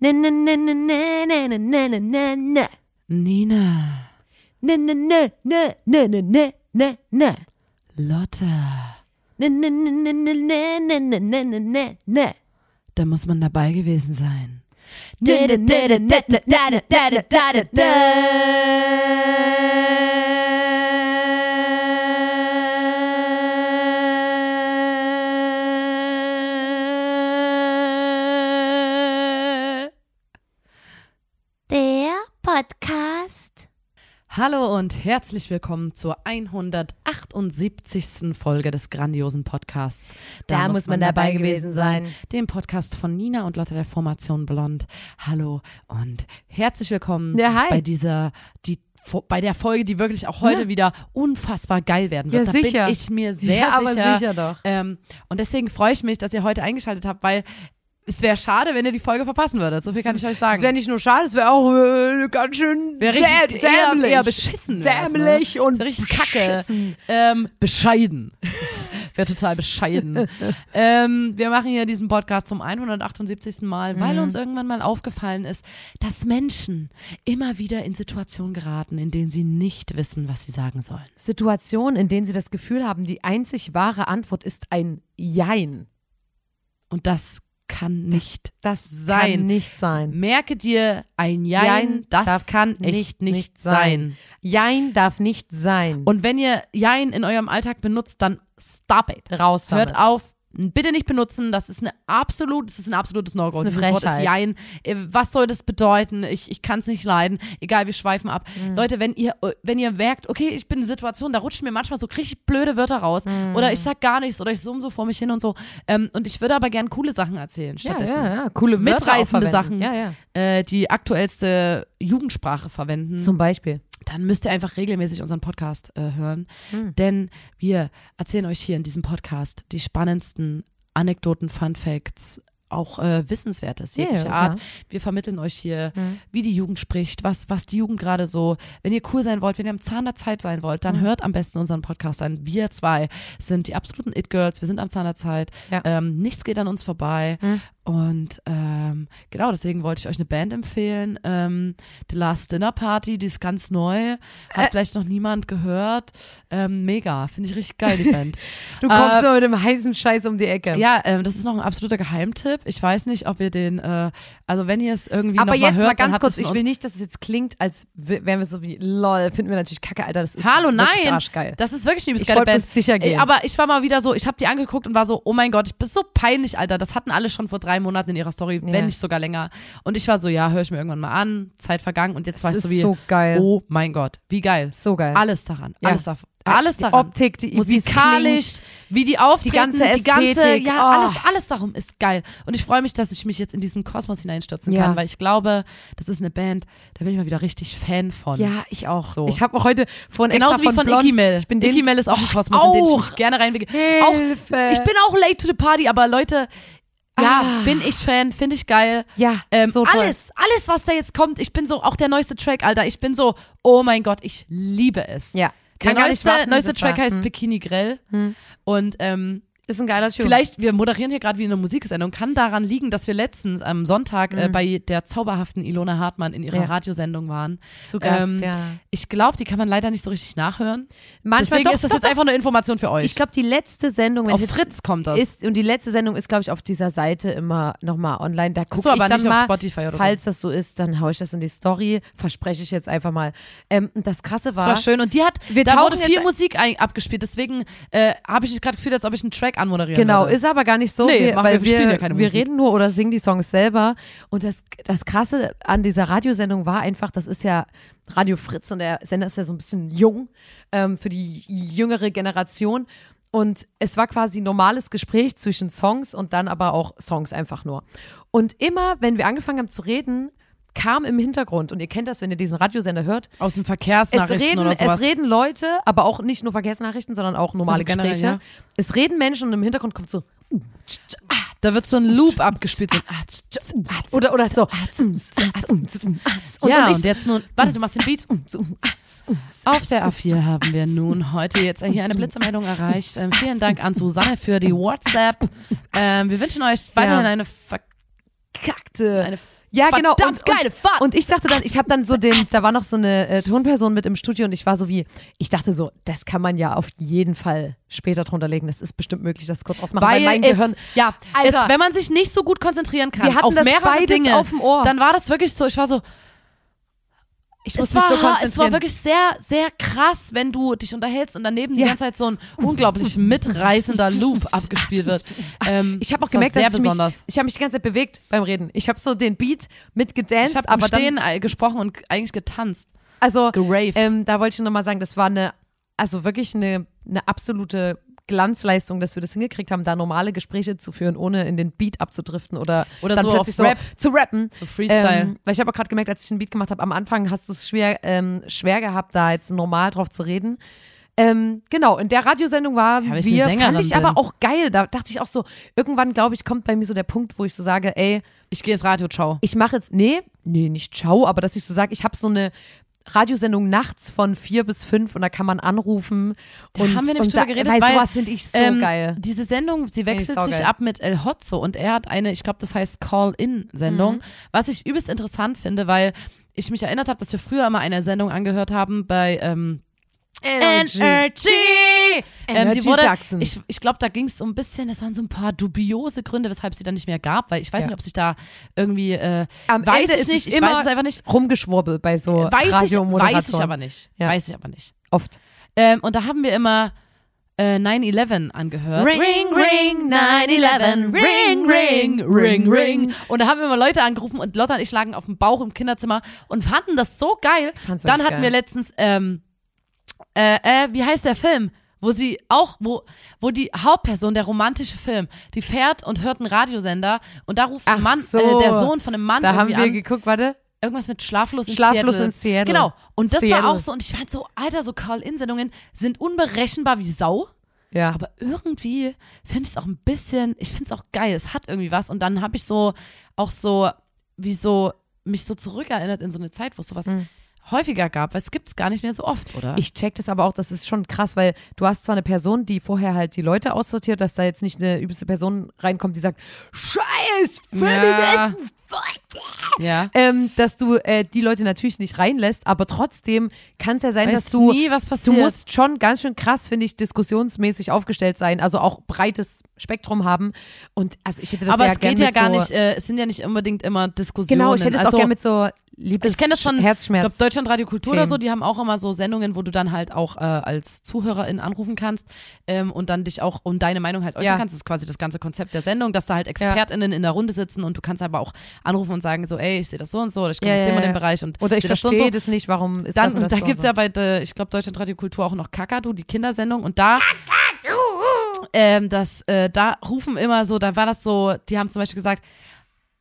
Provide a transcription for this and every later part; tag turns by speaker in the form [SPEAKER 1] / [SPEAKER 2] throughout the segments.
[SPEAKER 1] Ne, ne, ne, ne, ne, ne, ne, ne, ne, ne, ne.
[SPEAKER 2] Nina,
[SPEAKER 1] Ne, ne, ne, ne, ne, ne, ne, ne, ne.
[SPEAKER 2] Lotta,
[SPEAKER 1] Ne, ne, ne, ne, ne, ne, ne, ne, ne, ne, ne, ne.
[SPEAKER 2] da muss man dabei gewesen sein.
[SPEAKER 1] Der Podcast.
[SPEAKER 2] Hallo und herzlich willkommen zur 178. Folge des grandiosen Podcasts.
[SPEAKER 1] Da muss man dabei gewesen sein.
[SPEAKER 2] Dem Podcast von Nina und Lotta der Formation Blond. Hallo und herzlich willkommen
[SPEAKER 1] Ja, hi.
[SPEAKER 2] bei dieser, die, Fo- bei der Folge, die wirklich auch heute wieder unfassbar geil werden wird.
[SPEAKER 1] Ja,
[SPEAKER 2] da
[SPEAKER 1] sicher.
[SPEAKER 2] bin ich mir sehr
[SPEAKER 1] Ja, aber
[SPEAKER 2] sicher.
[SPEAKER 1] sicher doch.
[SPEAKER 2] Ähm, und deswegen freue ich mich, dass ihr heute eingeschaltet habt, weil es wäre schade, wenn ihr die Folge verpassen würdet. So viel kann ich euch sagen.
[SPEAKER 1] Das wäre nicht nur schade, es wäre auch äh, ganz schön
[SPEAKER 2] Wär richtig
[SPEAKER 1] dä-
[SPEAKER 2] eher-
[SPEAKER 1] dämlich.
[SPEAKER 2] eher beschissen wär's, ne?
[SPEAKER 1] Dämlich und
[SPEAKER 2] Wär richtig kacke.
[SPEAKER 1] beschissen.
[SPEAKER 2] Ähm, bescheiden. Wäre total bescheiden. ähm, wir machen hier diesen Podcast zum 178. Mal, weil
[SPEAKER 1] Mhm.
[SPEAKER 2] uns irgendwann mal aufgefallen ist, dass Menschen immer wieder in Situationen geraten, in denen sie nicht wissen, was sie sagen sollen.
[SPEAKER 1] Situationen, in denen sie das Gefühl haben, die einzig wahre Antwort ist ein Jein.
[SPEAKER 2] Und das kann nicht
[SPEAKER 1] Das
[SPEAKER 2] sein.
[SPEAKER 1] kann nicht sein.
[SPEAKER 2] Merke dir ein Jein,
[SPEAKER 1] Jein
[SPEAKER 2] das
[SPEAKER 1] darf
[SPEAKER 2] kann echt
[SPEAKER 1] nicht-
[SPEAKER 2] nicht,
[SPEAKER 1] nicht sein.
[SPEAKER 2] sein.
[SPEAKER 1] Jein darf nicht sein.
[SPEAKER 2] Und wenn ihr Jein in eurem Alltag benutzt, dann stop it.
[SPEAKER 1] raus damit.
[SPEAKER 2] Hört auf. Bitte nicht benutzen, das ist eine absolut, das ist ein absolutes No-Go.
[SPEAKER 1] Das ist eine
[SPEAKER 2] Dieses Wort
[SPEAKER 1] Frechheit.
[SPEAKER 2] ist Jein. Äh, Was soll das bedeuten? Ich, ich kann es nicht leiden. Egal, wir schweifen ab.
[SPEAKER 1] Mhm.
[SPEAKER 2] Leute, wenn ihr, äh, wenn ihr merkt, okay, ich bin in einer Situation, da rutschen mir manchmal so richtig blöde Wörter raus.
[SPEAKER 1] Mhm.
[SPEAKER 2] Oder ich sag gar nichts oder ich summe so vor mich hin und so. Ähm, und ich würde aber gern coole Sachen erzählen
[SPEAKER 1] Ja,
[SPEAKER 2] stattdessen.
[SPEAKER 1] ja, ja. Coole Wörter auch
[SPEAKER 2] Mitreißende
[SPEAKER 1] verwenden.
[SPEAKER 2] Sachen.
[SPEAKER 1] Ja, ja.
[SPEAKER 2] Äh, die aktuellste Jugendsprache verwenden
[SPEAKER 1] Zum Beispiel.
[SPEAKER 2] dann müsst ihr einfach regelmäßig unseren Podcast äh, hören.
[SPEAKER 1] Hm.
[SPEAKER 2] Denn wir erzählen euch hier in diesem Podcast die spannendsten Anekdoten, Fun Facts, auch äh, Wissenswertes
[SPEAKER 1] Ja,
[SPEAKER 2] jeglicher
[SPEAKER 1] ja,
[SPEAKER 2] Art.
[SPEAKER 1] klar. Hm.
[SPEAKER 2] Wir vermitteln euch hier, wie die Jugend spricht, was, was die Jugend gerade so. Wenn ihr cool sein wollt, wenn ihr am Zahn der Zeit sein wollt,
[SPEAKER 1] Hm.
[SPEAKER 2] dann hört am besten unseren Podcast an. Wir zwei sind die absoluten It-Girls. Wir sind am Zahn der Zeit.
[SPEAKER 1] Ja.
[SPEAKER 2] Ähm, nichts geht an uns vorbei. Und ähm, genau, deswegen wollte ich euch eine Band empfehlen. Ähm, The Last Dinner Party, die ist ganz neu.
[SPEAKER 1] Äh.
[SPEAKER 2] Hat vielleicht noch niemand gehört. Ähm, mega, finde ich richtig geil, die Band.
[SPEAKER 1] Du kommst so mit dem heißen Scheiß um die Ecke.
[SPEAKER 2] Ja, ähm, das ist noch ein absoluter Geheimtipp. Ich weiß nicht, ob ihr den, äh, also wenn ihr es irgendwie
[SPEAKER 1] Aber
[SPEAKER 2] noch
[SPEAKER 1] jetzt
[SPEAKER 2] mal hört,
[SPEAKER 1] mal
[SPEAKER 2] dann
[SPEAKER 1] ganz
[SPEAKER 2] habt
[SPEAKER 1] kurz,
[SPEAKER 2] ich's
[SPEAKER 1] ich
[SPEAKER 2] von
[SPEAKER 1] will
[SPEAKER 2] uns.
[SPEAKER 1] nicht, dass es jetzt klingt, als w- wären wir so wie, lol, finden wir natürlich kacke, Alter, das ist
[SPEAKER 2] Hallo,
[SPEAKER 1] wirklich
[SPEAKER 2] nein.
[SPEAKER 1] arschgeil.
[SPEAKER 2] Das ist wirklich eine
[SPEAKER 1] Ich
[SPEAKER 2] übelst geile
[SPEAKER 1] wollte
[SPEAKER 2] Band.
[SPEAKER 1] bloß sicher gehen.
[SPEAKER 2] Ey, Aber ich war mal wieder so, ich habe die angeguckt und war so, oh mein Gott, ich bin so peinlich, Alter. Das hatten alle schon vor drei Monaten in ihrer Story, wenn nicht sogar länger. Und ich war so, ja, höre ich mir irgendwann mal an. Zeit vergangen und jetzt
[SPEAKER 1] Das
[SPEAKER 2] weißt du
[SPEAKER 1] ist
[SPEAKER 2] wie.
[SPEAKER 1] so geil.
[SPEAKER 2] Oh mein Gott, wie geil.
[SPEAKER 1] So geil.
[SPEAKER 2] Alles daran,
[SPEAKER 1] Ja. Äh,
[SPEAKER 2] alles daran. Alles
[SPEAKER 1] die
[SPEAKER 2] daran.
[SPEAKER 1] Optik, die- wie es
[SPEAKER 2] musikalisch, wie die auftreten,
[SPEAKER 1] ganze
[SPEAKER 2] die ganze
[SPEAKER 1] Ästhetik,
[SPEAKER 2] ja,
[SPEAKER 1] oh.
[SPEAKER 2] alles alles darum ist geil und ich freue mich, dass ich mich jetzt in diesen Kosmos hineinstürzen
[SPEAKER 1] Ja.
[SPEAKER 2] kann, weil ich glaube, das ist eine Band, da bin ich mal wieder richtig Fan von.
[SPEAKER 1] Ja, ich auch.
[SPEAKER 2] So.
[SPEAKER 1] Ich habe auch heute Oh. von
[SPEAKER 2] Genauso
[SPEAKER 1] extra
[SPEAKER 2] wie von,
[SPEAKER 1] Blond,
[SPEAKER 2] Icky Mel.
[SPEAKER 1] Ich bin den
[SPEAKER 2] Icky Mel ist auch ein Kosmos, in den ich
[SPEAKER 1] auch.
[SPEAKER 2] mich gerne reinwege.
[SPEAKER 1] Hilfe.
[SPEAKER 2] Auch, ich bin auch late to the party, aber Leute, ja,
[SPEAKER 1] Ah.
[SPEAKER 2] bin ich Fan, finde ich geil.
[SPEAKER 1] Ja,
[SPEAKER 2] Ähm,
[SPEAKER 1] so toll.
[SPEAKER 2] alles, alles, was da jetzt kommt, ich bin so, auch der neueste Track, Alter, ich bin so, oh mein Gott, ich liebe es.
[SPEAKER 1] Ja. genau,
[SPEAKER 2] Der
[SPEAKER 1] Kann gar nicht
[SPEAKER 2] neueste,
[SPEAKER 1] warten,
[SPEAKER 2] neueste
[SPEAKER 1] bis es war.
[SPEAKER 2] Track heißt
[SPEAKER 1] Hm.
[SPEAKER 2] Bikini Grell. Und ähm,
[SPEAKER 1] Ist ein geiler Typ.
[SPEAKER 2] Vielleicht, wir moderieren hier gerade wie eine Musiksendung, kann daran liegen, dass wir letztens am Sonntag äh, bei der zauberhaften Ilona Hartmann in ihrer
[SPEAKER 1] Hm. Ja.
[SPEAKER 2] Radiosendung waren.
[SPEAKER 1] Zu Gast, ja.
[SPEAKER 2] Ich glaube, die kann man leider nicht so richtig nachhören.
[SPEAKER 1] Manchmal
[SPEAKER 2] Deswegen
[SPEAKER 1] doch,
[SPEAKER 2] ist das
[SPEAKER 1] doch,
[SPEAKER 2] jetzt einfach eine Information für euch.
[SPEAKER 1] Ich glaube, die letzte Sendung, wenn
[SPEAKER 2] Auf
[SPEAKER 1] ich jetzt-
[SPEAKER 2] Fritz kommt das.
[SPEAKER 1] Ist, und die letzte Sendung ist, glaube ich, auf dieser Seite immer nochmal online. Da gucke
[SPEAKER 2] so,
[SPEAKER 1] ich
[SPEAKER 2] aber
[SPEAKER 1] dann
[SPEAKER 2] nicht auf
[SPEAKER 1] mal,
[SPEAKER 2] Spotify oder so.
[SPEAKER 1] falls das so ist, dann haue ich das in die Story, verspreche ich jetzt einfach mal. Ähm, und das Krasse
[SPEAKER 2] das
[SPEAKER 1] war,
[SPEAKER 2] war schön. Und die hat,
[SPEAKER 1] Wir
[SPEAKER 2] da
[SPEAKER 1] tauchen
[SPEAKER 2] wurde viel
[SPEAKER 1] jetzt-
[SPEAKER 2] Musik ein, abgespielt. Deswegen äh, habe ich mich gerade gefühlt, als ob ich einen Track anmoderieren
[SPEAKER 1] genau,
[SPEAKER 2] würde.
[SPEAKER 1] ist aber gar nicht so,
[SPEAKER 2] Nee,
[SPEAKER 1] wir,
[SPEAKER 2] machen
[SPEAKER 1] weil
[SPEAKER 2] wir- wir
[SPEAKER 1] wir,
[SPEAKER 2] spielen ja keine
[SPEAKER 1] wir
[SPEAKER 2] Musik.
[SPEAKER 1] reden nur oder singen die Songs selber. Und das, das Krasse an dieser Radiosendung war einfach, das ist ja Radio Fritz und der Sender ist ja so ein bisschen jung ähm, für die jüngere Generation. Und es war quasi ein normales Gespräch zwischen Songs und dann aber auch Songs einfach nur. Und immer, wenn wir angefangen haben zu reden, kam im Hintergrund, und ihr kennt das, wenn ihr diesen Radiosender hört,
[SPEAKER 2] Aus den
[SPEAKER 1] es
[SPEAKER 2] Verkehrsnachrichten
[SPEAKER 1] reden,
[SPEAKER 2] oder sowas.
[SPEAKER 1] es reden Leute, aber auch nicht nur Verkehrsnachrichten, sondern auch normale
[SPEAKER 2] Also generell,
[SPEAKER 1] Gespräche.
[SPEAKER 2] ja.
[SPEAKER 1] Es reden Menschen und im Hintergrund kommt so
[SPEAKER 2] da wird so ein Loop abgespielt. So,
[SPEAKER 1] oder oder so.
[SPEAKER 2] ja,
[SPEAKER 1] ich-
[SPEAKER 2] und jetzt nun, warte, du machst den Beat.
[SPEAKER 1] um,
[SPEAKER 2] Auf der A4 haben wir nun heute jetzt hier eine Blitzermeldung erreicht. Ähm, vielen Dank an Susanne für die WhatsApp. Ähm, wir wünschen euch weiterhin eine, verkackte,
[SPEAKER 1] Kackte.
[SPEAKER 2] eine
[SPEAKER 1] Ja, genau.
[SPEAKER 2] Verdammt
[SPEAKER 1] und,
[SPEAKER 2] geile
[SPEAKER 1] und,
[SPEAKER 2] Fahrt.
[SPEAKER 1] Und ich dachte dann, ich habe dann so den, da war noch so eine äh, Tonperson mit im Studio und ich war so wie, ich dachte so, das kann man ja auf jeden Fall später drunter legen. Das ist bestimmt möglich, das kurz ausmachen. Weil, mein Gehirn,
[SPEAKER 2] es, ja,
[SPEAKER 1] Alter.
[SPEAKER 2] es, wenn man sich nicht so gut konzentrieren kann,
[SPEAKER 1] Wir hatten
[SPEAKER 2] auf
[SPEAKER 1] das
[SPEAKER 2] mehrere
[SPEAKER 1] beides
[SPEAKER 2] Dinge,
[SPEAKER 1] auf dem Ohr.
[SPEAKER 2] dann war das wirklich so, ich war so,
[SPEAKER 1] ich muss
[SPEAKER 2] es
[SPEAKER 1] mich
[SPEAKER 2] war,
[SPEAKER 1] so
[SPEAKER 2] es war
[SPEAKER 1] konzentrieren.
[SPEAKER 2] wirklich sehr, sehr krass, wenn du dich unterhältst und daneben die
[SPEAKER 1] Ja.
[SPEAKER 2] ganze Zeit so ein unglaublich mitreißender Loop abgespielt wird. Ähm,
[SPEAKER 1] ich habe auch
[SPEAKER 2] das war
[SPEAKER 1] gemerkt,
[SPEAKER 2] sehr
[SPEAKER 1] dass ich mich,
[SPEAKER 2] besonders.
[SPEAKER 1] ich habe mich die ganze Zeit bewegt beim Reden. Ich habe so den Beat
[SPEAKER 2] ich
[SPEAKER 1] mitgedanced,
[SPEAKER 2] habe aber
[SPEAKER 1] aber dann,
[SPEAKER 2] stehen äh, gesprochen und g- eigentlich getanzt,
[SPEAKER 1] also
[SPEAKER 2] geraved.
[SPEAKER 1] Ähm, da wollte ich nochmal sagen, das war eine, also wirklich eine, eine absolute Glanzleistung, dass wir das hingekriegt haben, da normale Gespräche zu führen, ohne in den Beat abzudriften oder,
[SPEAKER 2] Oder
[SPEAKER 1] dann
[SPEAKER 2] so
[SPEAKER 1] plötzlich
[SPEAKER 2] auf
[SPEAKER 1] so
[SPEAKER 2] Rap.
[SPEAKER 1] zu rappen.
[SPEAKER 2] so Freestyle.
[SPEAKER 1] Ähm, weil ich habe auch gerade gemerkt, als ich den Beat gemacht habe, am Anfang hast du es schwer, ähm, schwer gehabt, da jetzt normal drauf zu reden. Ähm, genau, in der Radiosendung war
[SPEAKER 2] weil ich
[SPEAKER 1] wir,
[SPEAKER 2] eine
[SPEAKER 1] fand
[SPEAKER 2] Sängerin
[SPEAKER 1] ich aber
[SPEAKER 2] bin.
[SPEAKER 1] auch geil. Da dachte ich auch so, irgendwann, glaube ich, kommt bei mir so der Punkt, wo ich so sage, ey,
[SPEAKER 2] ich gehe ins Radio, ciao.
[SPEAKER 1] ich mache jetzt, nee, nee, nicht ciao, aber dass ich so sage, ich habe so eine Radiosendung nachts von vier bis fünf und da kann man anrufen. Da und,
[SPEAKER 2] haben wir nämlich
[SPEAKER 1] und da,
[SPEAKER 2] drüber geredet,
[SPEAKER 1] Weil,
[SPEAKER 2] weil,
[SPEAKER 1] sowas finde ich so
[SPEAKER 2] ähm,
[SPEAKER 1] geil.
[SPEAKER 2] Diese Sendung, sie
[SPEAKER 1] Find ich
[SPEAKER 2] wechselt
[SPEAKER 1] saugeil.
[SPEAKER 2] sich ab mit El Hotzo und er hat eine, ich glaube, das heißt Call-In-Sendung,
[SPEAKER 1] Mhm.
[SPEAKER 2] was ich übelst interessant finde, weil ich mich erinnert habe, dass wir früher immer eine Sendung angehört haben bei ähm, NRG. Ähm, die
[SPEAKER 1] Energy
[SPEAKER 2] wurde,
[SPEAKER 1] Sachsen.
[SPEAKER 2] Ich, ich glaube, da ging es so ein bisschen, das waren so ein paar dubiose Gründe, weshalb sie dann nicht mehr gab, weil ich weiß
[SPEAKER 1] Ja.
[SPEAKER 2] nicht, ob sich da irgendwie, äh,
[SPEAKER 1] Am
[SPEAKER 2] weiß
[SPEAKER 1] Ende
[SPEAKER 2] ich
[SPEAKER 1] ist
[SPEAKER 2] nicht,
[SPEAKER 1] es
[SPEAKER 2] ich
[SPEAKER 1] immer
[SPEAKER 2] weiß es einfach nicht.
[SPEAKER 1] Rumgeschwurbel bei so
[SPEAKER 2] Weiß ich,
[SPEAKER 1] Radiomoderatoren.
[SPEAKER 2] weiß ich aber nicht.
[SPEAKER 1] Ja.
[SPEAKER 2] Weiß ich aber nicht.
[SPEAKER 1] Oft.
[SPEAKER 2] Ähm, und da haben wir immer äh, 9-11 angehört.
[SPEAKER 1] Ring, ring, 9/11, ring, ring, ring, ring.
[SPEAKER 2] Und da haben wir immer Leute angerufen und Lotta und ich lagen auf dem Bauch im Kinderzimmer und fanden das so geil.
[SPEAKER 1] Fand's
[SPEAKER 2] Dann
[SPEAKER 1] wirklich geil.
[SPEAKER 2] hatten wir letztens, ähm, äh, äh, wie heißt der Film? Wo sie auch, wo, wo die Hauptperson, der romantische Film, die fährt und hört einen Radiosender und da ruft
[SPEAKER 1] Ach
[SPEAKER 2] ein Mann,
[SPEAKER 1] so.
[SPEAKER 2] äh, der Sohn von einem Mann
[SPEAKER 1] Da haben
[SPEAKER 2] irgendwie
[SPEAKER 1] wir
[SPEAKER 2] an
[SPEAKER 1] geguckt, warte.
[SPEAKER 2] irgendwas mit Schlaflos in
[SPEAKER 1] Schlaflos
[SPEAKER 2] Seattle.
[SPEAKER 1] in Seattle.
[SPEAKER 2] Genau. Und das
[SPEAKER 1] Seattle.
[SPEAKER 2] war auch so, und ich fand so, Alter, so Call-In-Sendungen sind unberechenbar wie Sau.
[SPEAKER 1] Ja.
[SPEAKER 2] Aber irgendwie finde ich es auch ein bisschen, ich finde es auch geil, es hat irgendwie was. Und dann habe ich so, auch so, wie so, mich so zurückerinnert in so eine Zeit, wo es sowas häufiger gab, weil es gibt es gar nicht mehr so oft, oder?
[SPEAKER 1] Hm. Ich check das aber auch, das ist schon krass, weil du hast zwar eine Person, die vorher halt die Leute aussortiert, dass da jetzt nicht eine übelste Person reinkommt, die sagt, Scheiß,
[SPEAKER 2] Ja.
[SPEAKER 1] Feministen, fuck
[SPEAKER 2] ja.
[SPEAKER 1] ähm, dass du äh, die Leute natürlich nicht reinlässt, aber trotzdem kann es ja sein,
[SPEAKER 2] Weißt
[SPEAKER 1] dass du
[SPEAKER 2] nie, was
[SPEAKER 1] du
[SPEAKER 2] passiert.
[SPEAKER 1] musst schon ganz schön krass, finde ich, diskussionsmäßig aufgestellt sein, also auch breites Spektrum haben und also ich hätte das
[SPEAKER 2] aber
[SPEAKER 1] ja
[SPEAKER 2] es
[SPEAKER 1] gern
[SPEAKER 2] geht ja
[SPEAKER 1] mit
[SPEAKER 2] gar
[SPEAKER 1] so,
[SPEAKER 2] nicht, äh, es sind ja nicht unbedingt immer Diskussionen.
[SPEAKER 1] Genau, ich hätte es
[SPEAKER 2] also,
[SPEAKER 1] auch gerne mit so Liebes
[SPEAKER 2] ich kenne das von
[SPEAKER 1] Herzschmerz.
[SPEAKER 2] Ich glaube, Deutschlandradio Kultur oder
[SPEAKER 1] Themen.
[SPEAKER 2] so, die haben auch immer so Sendungen, wo du dann halt auch äh, als Zuhörerin anrufen kannst ähm, und dann dich auch um deine Meinung halt äußern
[SPEAKER 1] Ja.
[SPEAKER 2] kannst. Das ist quasi das ganze Konzept der Sendung, dass da halt ExpertInnen in der Runde sitzen und du kannst aber auch anrufen und sagen so, ey, ich sehe das so und so oder ich kenne
[SPEAKER 1] Ja,
[SPEAKER 2] das
[SPEAKER 1] ja,
[SPEAKER 2] Thema in
[SPEAKER 1] ja.
[SPEAKER 2] dem Bereich und
[SPEAKER 1] oder ich
[SPEAKER 2] seh das so
[SPEAKER 1] verstehe
[SPEAKER 2] und so.
[SPEAKER 1] das nicht, warum ist das
[SPEAKER 2] Dann,
[SPEAKER 1] und
[SPEAKER 2] und
[SPEAKER 1] das
[SPEAKER 2] da
[SPEAKER 1] so
[SPEAKER 2] gibt's
[SPEAKER 1] und so.
[SPEAKER 2] ja bei, der, ich glaube, Deutschlandradio Kultur auch noch Kakadu, die Kindersendung und da ähm, das, äh, da rufen immer so, da war das so, die haben zum Beispiel gesagt,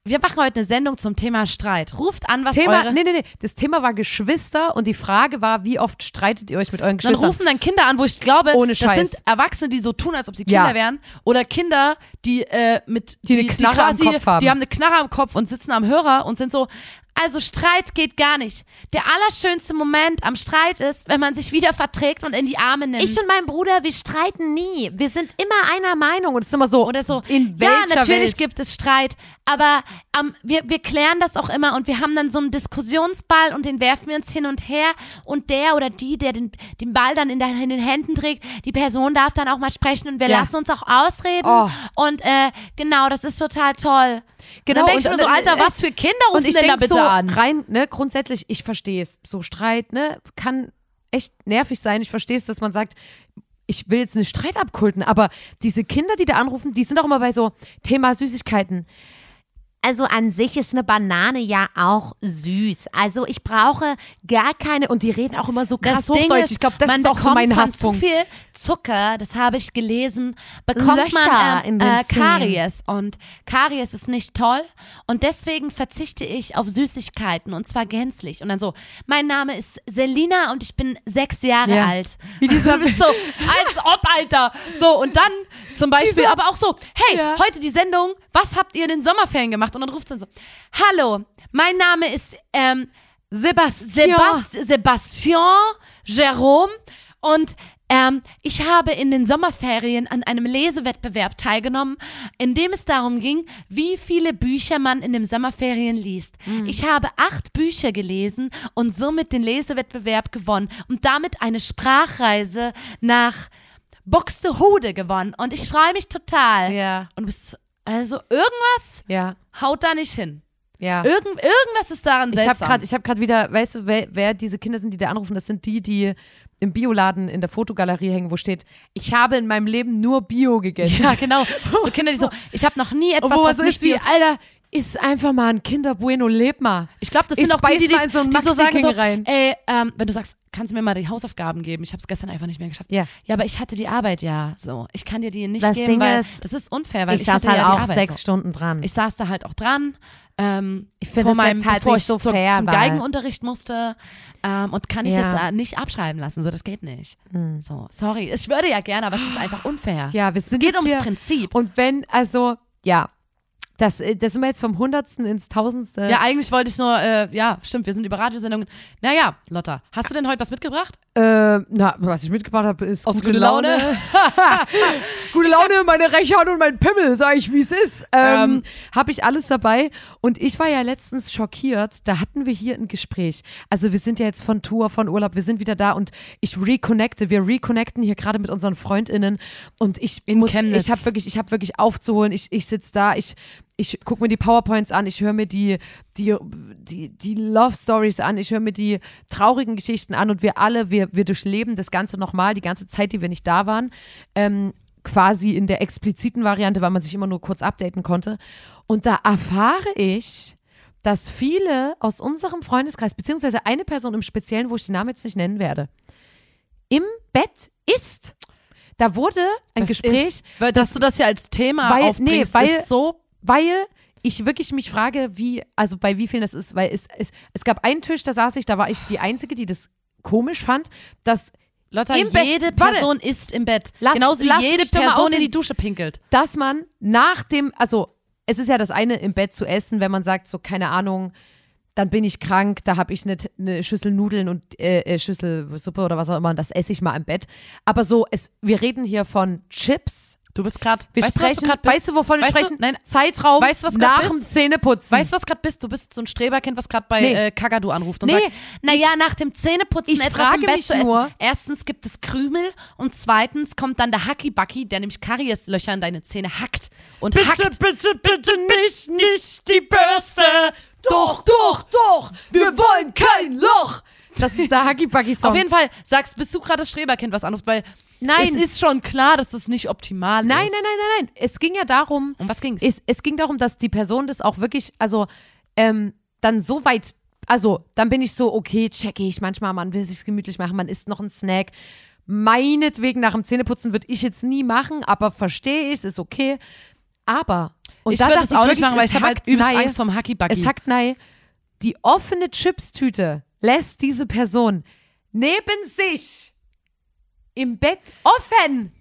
[SPEAKER 2] wir machen heute eine Sendung zum Thema Streit. Ruft an, was
[SPEAKER 1] Thema,
[SPEAKER 2] eure...
[SPEAKER 1] nee, nee, nee. Das Thema war Geschwister und die Frage war, wie oft streitet ihr euch mit euren
[SPEAKER 2] Dann
[SPEAKER 1] Geschwistern?
[SPEAKER 2] rufen dann Kinder an, wo ich glaube,
[SPEAKER 1] Ohne
[SPEAKER 2] das
[SPEAKER 1] Scheiß.
[SPEAKER 2] sind Erwachsene, die so tun, als ob sie Kinder
[SPEAKER 1] Ja.
[SPEAKER 2] wären. Oder Kinder, die äh, mit
[SPEAKER 1] Die eine Knarre am
[SPEAKER 2] quasi,
[SPEAKER 1] Kopf haben.
[SPEAKER 2] die haben eine Knarre am Kopf und sitzen am Hörer und sind so. Also Streit geht gar nicht. Der allerschönste Moment am Streit ist, wenn man sich wieder verträgt und in die Arme nimmt.
[SPEAKER 1] und mein Bruder, wir streiten nie. Wir sind immer einer Meinung. Und es ist immer so,
[SPEAKER 2] oder so.
[SPEAKER 1] in
[SPEAKER 2] ja,
[SPEAKER 1] welcher
[SPEAKER 2] natürlich
[SPEAKER 1] Welt?
[SPEAKER 2] gibt es Streit, aber ähm, wir, wir klären das auch immer und wir haben dann so einen Diskussionsball und den werfen wir uns hin und her und der oder die, der den, den Ball dann in, der, in den Händen trägt, die Person darf dann auch mal sprechen und wir
[SPEAKER 1] Ja.
[SPEAKER 2] lassen uns auch ausreden
[SPEAKER 1] Oh.
[SPEAKER 2] und äh, genau, das ist total toll.
[SPEAKER 1] Genau,
[SPEAKER 2] Genau, dann denk
[SPEAKER 1] und-
[SPEAKER 2] ich mir so,
[SPEAKER 1] und-
[SPEAKER 2] Alter,
[SPEAKER 1] äh,
[SPEAKER 2] was für Kinder rufen
[SPEAKER 1] Und ich
[SPEAKER 2] denn da
[SPEAKER 1] denke
[SPEAKER 2] bitte
[SPEAKER 1] so
[SPEAKER 2] an?
[SPEAKER 1] rein, ne, grundsätzlich, ich verstehe es. So Streit, ne, kann echt nervig sein. Ich verstehe es, dass man sagt, ich will jetzt einen Streit abkulten, aber diese Kinder, die da anrufen, die sind auch immer bei so Thema Süßigkeiten.
[SPEAKER 3] Also an sich ist eine Banane ja auch süß. Also ich brauche gar keine
[SPEAKER 1] Und die reden auch immer so krass
[SPEAKER 2] Ding
[SPEAKER 1] hochdeutsch. ich glaube, das
[SPEAKER 2] man
[SPEAKER 1] ist auch so
[SPEAKER 2] bekommt
[SPEAKER 1] mein
[SPEAKER 2] von
[SPEAKER 1] Hasspunkt.
[SPEAKER 2] Zu viel Zucker, das habe ich gelesen, bekommt
[SPEAKER 3] Löcher
[SPEAKER 2] man
[SPEAKER 3] in
[SPEAKER 2] ähm,
[SPEAKER 3] den
[SPEAKER 2] äh,
[SPEAKER 3] Zähnen.
[SPEAKER 2] Karies und Karies ist nicht toll und deswegen verzichte ich auf Süßigkeiten und zwar gänzlich. Und dann so, mein Name ist Selina und ich bin sechs Jahre
[SPEAKER 1] Ja.
[SPEAKER 2] alt. Wie dieser bist so, als ob, Alter. So und dann zum Beispiel, aber auch so, hey,
[SPEAKER 1] Ja.
[SPEAKER 2] heute die Sendung, was habt ihr in den Sommerferien gemacht? Und dann ruft sie so, hallo, mein Name ist ähm, Sebastian. Sebast Sebastian, Jerome und Ähm, ich habe in den Sommerferien an einem Lesewettbewerb teilgenommen, in dem es darum ging, wie viele Bücher man in den Sommerferien liest.
[SPEAKER 1] Mhm.
[SPEAKER 2] Ich habe acht Bücher gelesen und somit den Lesewettbewerb gewonnen und damit eine Sprachreise nach Buxtehude gewonnen. Und ich freue mich total.
[SPEAKER 1] Ja,
[SPEAKER 2] Und bis, also irgendwas
[SPEAKER 1] ja,
[SPEAKER 2] haut da nicht hin.
[SPEAKER 1] ja.
[SPEAKER 2] Irgend, irgendwas ist daran
[SPEAKER 1] Ich
[SPEAKER 2] seltsam.
[SPEAKER 1] habe gerade, ich habe gerade wieder, weißt du, wer, wer diese Kinder sind, die da anrufen, das sind die, die im Bioladen in der Fotogalerie hängen, wo steht, ich habe in meinem Leben nur Bio gegessen.
[SPEAKER 2] ja, genau. So Kinder, die so, ich habe noch nie etwas,
[SPEAKER 1] Obwohl
[SPEAKER 2] was
[SPEAKER 1] so
[SPEAKER 2] nicht
[SPEAKER 1] ist wie,
[SPEAKER 2] wie
[SPEAKER 1] Alter, ist einfach mal ein Kinder Bueno, leb mal.
[SPEAKER 2] Ich glaube, das
[SPEAKER 1] Ich
[SPEAKER 2] sind auch
[SPEAKER 1] beiß
[SPEAKER 2] die, die,
[SPEAKER 1] mal in
[SPEAKER 2] dich,
[SPEAKER 1] so einen
[SPEAKER 2] die so sagen so,
[SPEAKER 1] Maxi-King rein.
[SPEAKER 2] ey, ähm, wenn du sagst, kannst du mir mal die Hausaufgaben geben? Ich habe es gestern einfach nicht mehr geschafft.
[SPEAKER 1] Ja.
[SPEAKER 2] ja, aber ich hatte die Arbeit ja so. Ich kann dir die nicht
[SPEAKER 3] Das
[SPEAKER 2] geben,
[SPEAKER 3] Ding
[SPEAKER 2] weil
[SPEAKER 3] ist,
[SPEAKER 2] das ist unfair, weil ich,
[SPEAKER 1] ich saß
[SPEAKER 2] hatte
[SPEAKER 1] halt
[SPEAKER 2] ja die
[SPEAKER 1] auch
[SPEAKER 2] Arbeit
[SPEAKER 1] sechs
[SPEAKER 2] so.
[SPEAKER 1] Stunden dran.
[SPEAKER 2] Ich saß da halt auch dran. Ähm, ich
[SPEAKER 1] find das jetzt halt
[SPEAKER 2] bevor
[SPEAKER 1] nicht
[SPEAKER 2] ich
[SPEAKER 1] so
[SPEAKER 2] zu,
[SPEAKER 1] fair,
[SPEAKER 2] zum
[SPEAKER 1] weil-
[SPEAKER 2] Geigenunterricht musste ähm, und kann ich
[SPEAKER 1] Ja. Hm.
[SPEAKER 2] jetzt äh, nicht abschreiben lassen, so das geht nicht. So, sorry, ich würde ja gerne, aber es ist einfach unfair.
[SPEAKER 1] ja, wir sind
[SPEAKER 2] Geht
[SPEAKER 1] jetzt
[SPEAKER 2] ums
[SPEAKER 1] hier,
[SPEAKER 2] Prinzip.
[SPEAKER 1] Und wenn, also, ja, das, äh, das sind wir jetzt vom Hundertsten ins Tausendste.
[SPEAKER 2] Ja, eigentlich wollte ich nur, äh, ja, stimmt, wir sind über Radiosendungen. Naja, Lotta, hast du denn heute was mitgebracht?
[SPEAKER 1] Äh, na, was ich mitgebracht habe, ist
[SPEAKER 2] Aus
[SPEAKER 1] gute
[SPEAKER 2] gute Laune.
[SPEAKER 1] Laune. gute Laune, meine rechte Hand und mein Pimmel, sag ich, wie es ist. Ähm,
[SPEAKER 2] Ähm.
[SPEAKER 1] Habe ich alles dabei. Und ich war ja letztens schockiert, da hatten wir hier ein Gespräch. Also wir sind ja jetzt von Tour, von Urlaub, wir sind wieder da und ich reconnecte, wir reconnecten hier gerade mit unseren FreundInnen und ich muss,
[SPEAKER 2] Chemnitz.
[SPEAKER 1] ich habe wirklich, ich habe wirklich aufzuholen, ich, ich sitz da, ich ich gucke mir die PowerPoints an, ich höre mir die, die, die, die Love Stories an, ich höre mir die traurigen Geschichten an und wir alle, wir, wir durchleben das Ganze nochmal, die ganze Zeit, die wir nicht da waren, ähm, quasi in der expliziten Variante, weil man sich immer nur kurz updaten konnte. Und da erfahre ich, dass viele aus unserem Freundeskreis, beziehungsweise eine Person im Speziellen, wo ich den Namen jetzt nicht nennen werde, im Bett ist. Da wurde ein
[SPEAKER 2] Das
[SPEAKER 1] Gespräch
[SPEAKER 2] Ist, weil, dass du das ja als Thema
[SPEAKER 1] Weil- nee,
[SPEAKER 2] aufbringst,
[SPEAKER 1] weil-
[SPEAKER 2] ist so.
[SPEAKER 1] weil ich wirklich mich frage, wie, also bei wie vielen das ist, weil es, es, es gab einen Tisch, da saß ich, da war ich die Einzige, die das komisch fand, dass,
[SPEAKER 2] Lotta,
[SPEAKER 1] Im Bett-
[SPEAKER 2] jede
[SPEAKER 1] warte.
[SPEAKER 2] Person ist im Bett.
[SPEAKER 1] Lass-
[SPEAKER 2] Genauso wie
[SPEAKER 1] lass
[SPEAKER 2] jede
[SPEAKER 1] mich doch mal
[SPEAKER 2] Person in
[SPEAKER 1] aussehen.
[SPEAKER 2] die Dusche pinkelt.
[SPEAKER 1] dass man nach dem, also es ist ja das eine, im Bett zu essen, wenn man sagt, so keine Ahnung, dann bin ich krank, da habe ich eine, eine Schüssel Nudeln und äh, äh, Schüssel Suppe oder was auch immer, das esse ich mal im Bett. Aber so, es, wir reden hier von Chips.
[SPEAKER 2] Du bist gerade.
[SPEAKER 1] Wir
[SPEAKER 2] weißt,
[SPEAKER 1] sprechen,
[SPEAKER 2] du, was du grad bist?
[SPEAKER 1] weißt du, wovon wir
[SPEAKER 2] Weißt du-
[SPEAKER 1] sprechen?
[SPEAKER 2] nein.
[SPEAKER 1] Zeitraum
[SPEAKER 2] Weißt du, was du grad
[SPEAKER 1] nach dem
[SPEAKER 2] bist?
[SPEAKER 1] Zähneputzen.
[SPEAKER 2] Weißt du, was gerade bist? Du bist so ein Streberkind, was gerade bei
[SPEAKER 1] Nee.
[SPEAKER 2] äh, Kakadu anruft und
[SPEAKER 1] Nee,
[SPEAKER 2] sagt, naja, nach dem Zähneputzen
[SPEAKER 1] ich
[SPEAKER 2] etwas
[SPEAKER 1] frage
[SPEAKER 2] im Bett
[SPEAKER 1] mich
[SPEAKER 2] zu essen.
[SPEAKER 1] nur-
[SPEAKER 2] Erstens gibt es Krümel und zweitens kommt dann der Hacki-Backi, der nämlich Karieslöcher in deine Zähne hackt und hackt.
[SPEAKER 1] bitte, bitte nicht, nicht die Bürste. Doch, doch, doch, wir wollen kein Loch. Das ist der Huggy Buggy Song.
[SPEAKER 2] Auf jeden Fall sagst, bist du gerade das Streberkind, was anruft, weil
[SPEAKER 1] Nein.
[SPEAKER 2] es ist schon klar, dass das nicht optimal
[SPEAKER 1] nein, nein,
[SPEAKER 2] ist.
[SPEAKER 1] nein, nein, nein. Es ging ja darum,
[SPEAKER 2] Um was ging's?
[SPEAKER 1] es, es ging darum, dass die Person das auch wirklich, also ähm, dann so weit, also dann bin ich so, okay, checke ich manchmal, man will sich's gemütlich machen, man isst noch einen Snack. Meinetwegen nach dem Zähneputzen würde ich jetzt nie machen, aber verstehe ich, ist okay. Aber und
[SPEAKER 2] ich
[SPEAKER 1] da
[SPEAKER 2] würde
[SPEAKER 1] dachte
[SPEAKER 2] das auch
[SPEAKER 1] ich
[SPEAKER 2] nicht
[SPEAKER 1] wirklich,
[SPEAKER 2] machen, weil
[SPEAKER 1] es
[SPEAKER 2] ich habe halt
[SPEAKER 1] hackt
[SPEAKER 2] übelst
[SPEAKER 1] nahe.
[SPEAKER 2] Angst vom Hacky Bucky.
[SPEAKER 1] Es hackt nein. Die offene Chipstüte lässt diese Person neben sich im Bett offen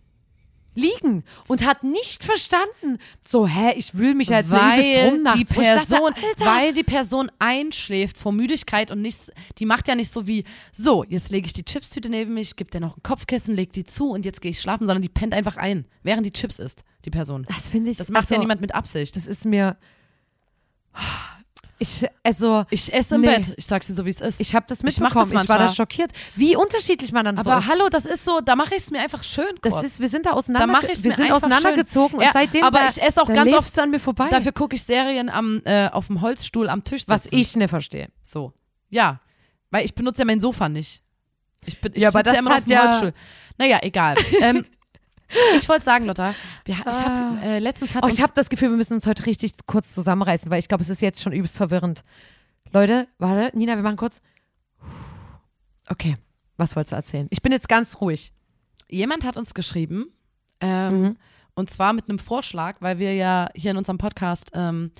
[SPEAKER 1] liegen und hat nicht verstanden, so, hä, ich wühle mich ja jetzt mal übelst rum
[SPEAKER 2] weil die
[SPEAKER 1] nachts. Wo ich dachte,
[SPEAKER 2] Person,
[SPEAKER 1] Alter,
[SPEAKER 2] weil die Person einschläft vor Müdigkeit und nicht, die macht ja nicht so wie, so, jetzt lege ich die Chipstüte neben mich, gib dir noch ein Kopfkissen, leg die zu und jetzt gehe ich schlafen, sondern die pennt einfach ein, während die Chips isst, die Person.
[SPEAKER 1] das finde ich,
[SPEAKER 2] Das macht
[SPEAKER 1] also,
[SPEAKER 2] ja niemand mit Absicht.
[SPEAKER 1] Das ist mir, ich, also,
[SPEAKER 2] ich esse im
[SPEAKER 1] Nee.
[SPEAKER 2] Bett, ich sag's dir so, wie es ist.
[SPEAKER 1] ich habe das
[SPEAKER 2] Ich mach das
[SPEAKER 1] mitbekommen, ich, war da
[SPEAKER 2] manchmal.
[SPEAKER 1] schockiert, wie unterschiedlich man dann so
[SPEAKER 2] aber
[SPEAKER 1] ist.
[SPEAKER 2] hallo, das ist so, da mache ich es mir einfach schön kurz.
[SPEAKER 1] Das ist, wir sind da
[SPEAKER 2] da
[SPEAKER 1] auseinander,
[SPEAKER 2] mache ich
[SPEAKER 1] wir sind auseinandergezogen
[SPEAKER 2] schön.
[SPEAKER 1] und seitdem,
[SPEAKER 2] aber
[SPEAKER 1] da,
[SPEAKER 2] ich esse auch
[SPEAKER 1] da
[SPEAKER 2] ganz
[SPEAKER 1] lebst
[SPEAKER 2] oft
[SPEAKER 1] du an mir vorbei.
[SPEAKER 2] Dafür gucke ich Serien am, äh, auf dem Holzstuhl am Tisch sitzen.
[SPEAKER 1] was ich nicht verstehe.
[SPEAKER 2] So. Ja. Weil ich benutze ja mein Sofa nicht. Ich, bin, ich
[SPEAKER 1] Ja, aber
[SPEAKER 2] sitze
[SPEAKER 1] das
[SPEAKER 2] ja immer noch
[SPEAKER 1] hat
[SPEAKER 2] auf dem
[SPEAKER 1] ja-
[SPEAKER 2] Holzstuhl. Naja, egal. ähm, ich wollte sagen, Lotta, wir, ich hab, äh, letztens hat
[SPEAKER 1] Oh,
[SPEAKER 2] uns,
[SPEAKER 1] ich habe das Gefühl, wir müssen uns heute richtig kurz zusammenreißen, weil ich glaube, es ist jetzt schon übelst verwirrend. Leute, warte, Nina, wir machen kurz. Okay, was wolltest du erzählen? Ich bin jetzt ganz ruhig.
[SPEAKER 2] jemand hat uns geschrieben, ähm,
[SPEAKER 1] Mhm.
[SPEAKER 2] und zwar mit einem Vorschlag, weil wir ja hier in unserem Podcast, ähm,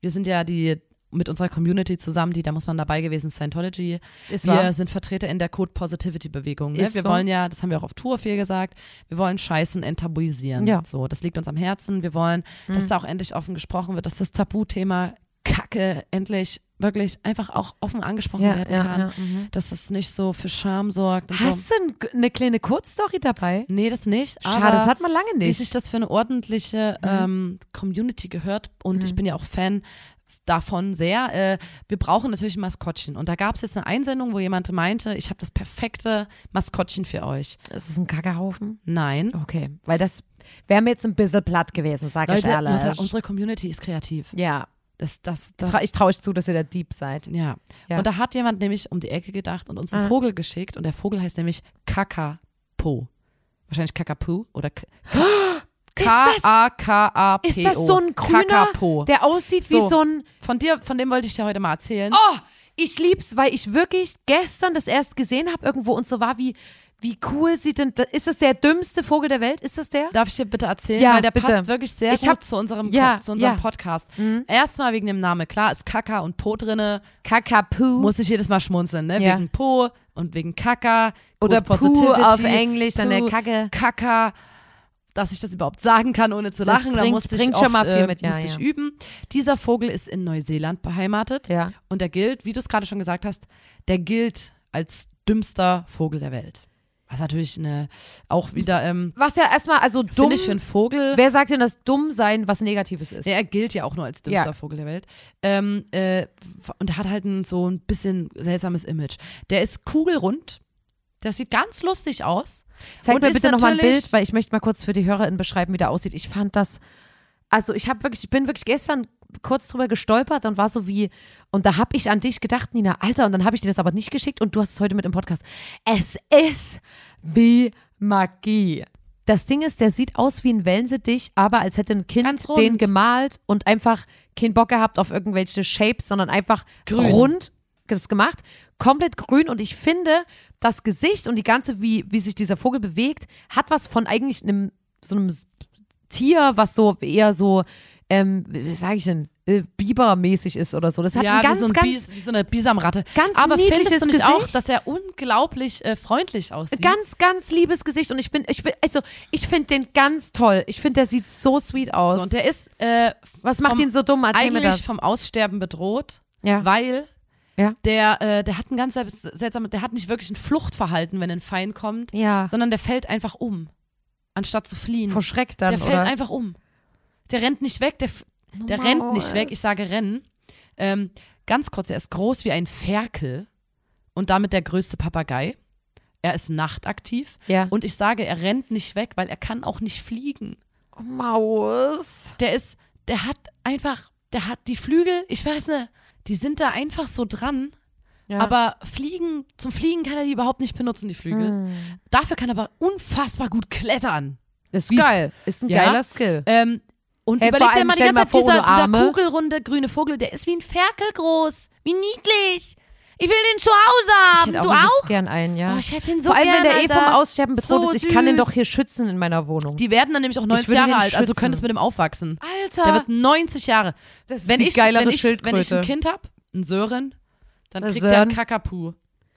[SPEAKER 2] wir sind ja die mit unserer Community zusammen, die, da muss man dabei gewesen, Scientology,
[SPEAKER 1] Ist
[SPEAKER 2] wir
[SPEAKER 1] wahr?
[SPEAKER 2] sind Vertreter in der Code Positivity Bewegung. Ne?
[SPEAKER 1] Ist
[SPEAKER 2] Wir
[SPEAKER 1] so.
[SPEAKER 2] wollen ja, das haben wir auch auf Tour viel gesagt, wir wollen Scheißen enttabuisieren.
[SPEAKER 1] Ja. Mhm.
[SPEAKER 2] So, das liegt uns am Herzen. Wir wollen, dass da auch endlich offen gesprochen wird, dass das Tabuthema Kacke endlich wirklich einfach auch offen angesprochen
[SPEAKER 1] Ja,
[SPEAKER 2] werden
[SPEAKER 1] ja,
[SPEAKER 2] kann.
[SPEAKER 1] ja, mhm.
[SPEAKER 2] Dass es nicht so für Scham sorgt. Und so.
[SPEAKER 1] Hast du ein- eine kleine Kurzstory dabei?
[SPEAKER 2] Nee, das nicht. aber
[SPEAKER 1] Schade, das hat man lange
[SPEAKER 2] wie sich
[SPEAKER 1] nicht. Mhm.
[SPEAKER 2] das für eine ordentliche ähm, Community gehört und ich bin ja auch Fan davon sehr. Äh, wir brauchen natürlich ein Maskottchen und da gab es jetzt eine Einsendung, wo jemand meinte, ich habe das perfekte Maskottchen für euch.
[SPEAKER 1] Ist es ein Kackerhaufen?
[SPEAKER 2] Nein.
[SPEAKER 1] Okay, weil das wäre mir jetzt ein bisschen platt gewesen, sage ich
[SPEAKER 2] Leute,
[SPEAKER 1] ehrlich.
[SPEAKER 2] Lotta, unsere Community ist kreativ.
[SPEAKER 1] ja,
[SPEAKER 2] Das, das,
[SPEAKER 1] ich
[SPEAKER 2] das,
[SPEAKER 1] trau- ich traue euch zu, dass ihr der Dieb seid.
[SPEAKER 2] ja.
[SPEAKER 1] Ja.
[SPEAKER 2] Und da hat jemand nämlich um die Ecke gedacht und uns einen
[SPEAKER 1] Ah.
[SPEAKER 2] Vogel geschickt und der Vogel heißt nämlich Kakapo. Wahrscheinlich Kakapu oder K-
[SPEAKER 1] das-
[SPEAKER 2] K-A-K-A-P-O.
[SPEAKER 1] Ist das so ein grüner,
[SPEAKER 2] Kakapo.
[SPEAKER 1] der aussieht wie
[SPEAKER 2] So.
[SPEAKER 1] so ein
[SPEAKER 2] Von dir, von dem wollte ich dir heute mal erzählen.
[SPEAKER 1] Oh, ich lieb's, weil ich wirklich gestern das erst gesehen habe irgendwo und so war wie, wie cool sieht denn, da- ist das der dümmste Vogel der Welt? Ist das der?
[SPEAKER 2] Darf ich dir bitte erzählen?
[SPEAKER 1] Ja,
[SPEAKER 2] Weil der
[SPEAKER 1] bitte.
[SPEAKER 2] passt wirklich sehr
[SPEAKER 1] Ich
[SPEAKER 2] gut
[SPEAKER 1] hab-
[SPEAKER 2] zu unserem,
[SPEAKER 1] Ja,
[SPEAKER 2] Ko- zu unserem
[SPEAKER 1] ja. Mhm.
[SPEAKER 2] Podcast. Erstmal wegen dem Namen. Klar ist Kaka und Po drinne.
[SPEAKER 1] Kakapu.
[SPEAKER 2] Muss ich jedes Mal schmunzeln, ne?
[SPEAKER 1] Ja.
[SPEAKER 2] Wegen Po und wegen Kaka.
[SPEAKER 1] Oder
[SPEAKER 2] Good
[SPEAKER 1] Poo
[SPEAKER 2] Positivity,
[SPEAKER 1] auf Englisch, dann der
[SPEAKER 2] Poo,
[SPEAKER 1] Kacke.
[SPEAKER 2] Kaka. Dass ich das überhaupt sagen kann, ohne zu
[SPEAKER 1] Das
[SPEAKER 2] lachen, da
[SPEAKER 1] bringt-
[SPEAKER 2] musste ich
[SPEAKER 1] bringt
[SPEAKER 2] oft,
[SPEAKER 1] schon mal viel
[SPEAKER 2] äh,
[SPEAKER 1] mit, ja,
[SPEAKER 2] musste
[SPEAKER 1] ja.
[SPEAKER 2] ich üben. Dieser Vogel ist in Neuseeland beheimatet
[SPEAKER 1] Ja.
[SPEAKER 2] und der gilt, wie du es gerade schon gesagt hast, der gilt als dümmster Vogel der Welt. Was natürlich eine, auch wieder, ähm,
[SPEAKER 1] Was ja erstmal, also dumm.
[SPEAKER 2] finde ich für einen Vogel.
[SPEAKER 1] Wer sagt denn, dass dumm sein was Negatives ist?
[SPEAKER 2] Ja, er gilt ja auch nur als dümmster
[SPEAKER 1] Ja.
[SPEAKER 2] Vogel der Welt. Ähm, äh, und er hat halt ein, so ein bisschen seltsames Image. Der ist kugelrund. Der sieht ganz lustig aus.
[SPEAKER 1] Zeig
[SPEAKER 2] Und
[SPEAKER 1] mir
[SPEAKER 2] ist
[SPEAKER 1] bitte nochmal ein
[SPEAKER 2] natürlich-
[SPEAKER 1] Bild, weil ich möchte mal kurz für die HörerInnen beschreiben, wie der aussieht. Ich fand das, also ich habe wirklich, ich bin wirklich gestern kurz drüber gestolpert und war so wie, und da habe ich an dich gedacht, Nina, Alter, und dann habe ich dir das aber nicht geschickt und du hast es heute mit im Podcast. Es ist wie Magie. Das Ding ist, der sieht aus wie ein Wellensittich, aber als hätte ein Kind
[SPEAKER 2] Ganz rund.
[SPEAKER 1] den gemalt und einfach keinen Bock gehabt auf irgendwelche Shapes, sondern einfach
[SPEAKER 2] Grün.
[SPEAKER 1] rund das gemacht, komplett grün und ich finde, das Gesicht und die ganze, wie, wie sich dieser Vogel bewegt, hat was von eigentlich einem, so einem S- Tier, was so eher so, ähm, wie sage ich denn, äh, Biber-mäßig ist oder so. Das hat
[SPEAKER 2] ja,
[SPEAKER 1] ein ganz,
[SPEAKER 2] wie, so ein
[SPEAKER 1] ganz,
[SPEAKER 2] Bies, wie so eine Bisamratte.
[SPEAKER 1] ganz
[SPEAKER 2] Aber findest
[SPEAKER 1] niedliches
[SPEAKER 2] du nicht auch,
[SPEAKER 1] Gesicht?
[SPEAKER 2] dass er unglaublich äh, freundlich aussieht?
[SPEAKER 1] ganz, ganz liebes Gesicht und ich bin, ich bin, also, ich finde den ganz toll. Ich finde, der sieht so sweet aus.
[SPEAKER 2] so, und der ist äh,
[SPEAKER 1] was macht
[SPEAKER 2] vom-
[SPEAKER 1] ihn so dumm? Erzähl mir
[SPEAKER 2] eigentlich
[SPEAKER 1] das.
[SPEAKER 2] vom Aussterben bedroht,
[SPEAKER 1] ja.
[SPEAKER 2] weil
[SPEAKER 1] Ja.
[SPEAKER 2] der, äh, der hat ein ganz selts- seltsames, der hat nicht wirklich ein Fluchtverhalten, wenn ein Feind kommt,
[SPEAKER 1] ja.
[SPEAKER 2] sondern der fällt einfach um, anstatt zu fliehen.
[SPEAKER 1] Vor Schreck dann,
[SPEAKER 2] der fällt
[SPEAKER 1] oder?
[SPEAKER 2] einfach um. Der rennt nicht weg, der, f-
[SPEAKER 1] Oh,
[SPEAKER 2] der rennt nicht weg. Ich sage rennen. Ähm, ganz kurz, er ist groß wie ein Ferkel und damit der größte Papagei. Er ist nachtaktiv.
[SPEAKER 1] Ja.
[SPEAKER 2] Und ich sage, er rennt nicht weg, weil er kann auch nicht fliegen.
[SPEAKER 1] Oh, Maus.
[SPEAKER 2] Der ist, der hat einfach, der hat die Flügel, ich weiß nicht, die sind da einfach so dran.
[SPEAKER 1] Ja.
[SPEAKER 2] Aber fliegen, zum Fliegen kann er die überhaupt nicht benutzen, die Flügel.
[SPEAKER 1] Mhm. Hm.
[SPEAKER 2] Dafür kann er aber unfassbar gut klettern.
[SPEAKER 1] ist
[SPEAKER 2] wie's-
[SPEAKER 1] geil. Ist ein
[SPEAKER 2] Ja.
[SPEAKER 1] geiler Skill.
[SPEAKER 2] Ähm, und
[SPEAKER 1] Hey, vor
[SPEAKER 2] überleg dir
[SPEAKER 1] allem
[SPEAKER 2] mal die
[SPEAKER 1] stell dir
[SPEAKER 2] ganze
[SPEAKER 1] mal
[SPEAKER 2] Zeit,
[SPEAKER 1] vor,
[SPEAKER 2] dieser,
[SPEAKER 1] ohne
[SPEAKER 2] dieser
[SPEAKER 1] Arme.
[SPEAKER 2] kugelrunde grüne Vogel, der ist wie ein Ferkel groß. Wie niedlich. Ich will den zu Hause haben.
[SPEAKER 1] hätte
[SPEAKER 2] du
[SPEAKER 1] liebes
[SPEAKER 2] auch?
[SPEAKER 1] gern einen, ja.
[SPEAKER 2] Oh, ich hätte den so
[SPEAKER 1] Vor allem,
[SPEAKER 2] gern,
[SPEAKER 1] wenn der eh vom
[SPEAKER 2] Alter.
[SPEAKER 1] Aussterben bedroht
[SPEAKER 2] So
[SPEAKER 1] ist. Ich kann den
[SPEAKER 2] süß.
[SPEAKER 1] doch hier schützen in meiner Wohnung.
[SPEAKER 2] Die werden dann nämlich auch 90
[SPEAKER 1] würde
[SPEAKER 2] Jahre
[SPEAKER 1] den
[SPEAKER 2] alt, also
[SPEAKER 1] schützen.
[SPEAKER 2] könntest mit dem aufwachsen.
[SPEAKER 1] Alter,
[SPEAKER 2] Der wird 90 Jahre.
[SPEAKER 1] das ist
[SPEAKER 2] Wenn
[SPEAKER 1] die
[SPEAKER 2] ich,
[SPEAKER 1] geilere
[SPEAKER 2] wenn ich,
[SPEAKER 1] Schildkröte.
[SPEAKER 2] wenn ich ein Kind hab, ein Sören, dann
[SPEAKER 1] Der
[SPEAKER 2] kriegt der
[SPEAKER 1] Sören.
[SPEAKER 2] einen Kakapu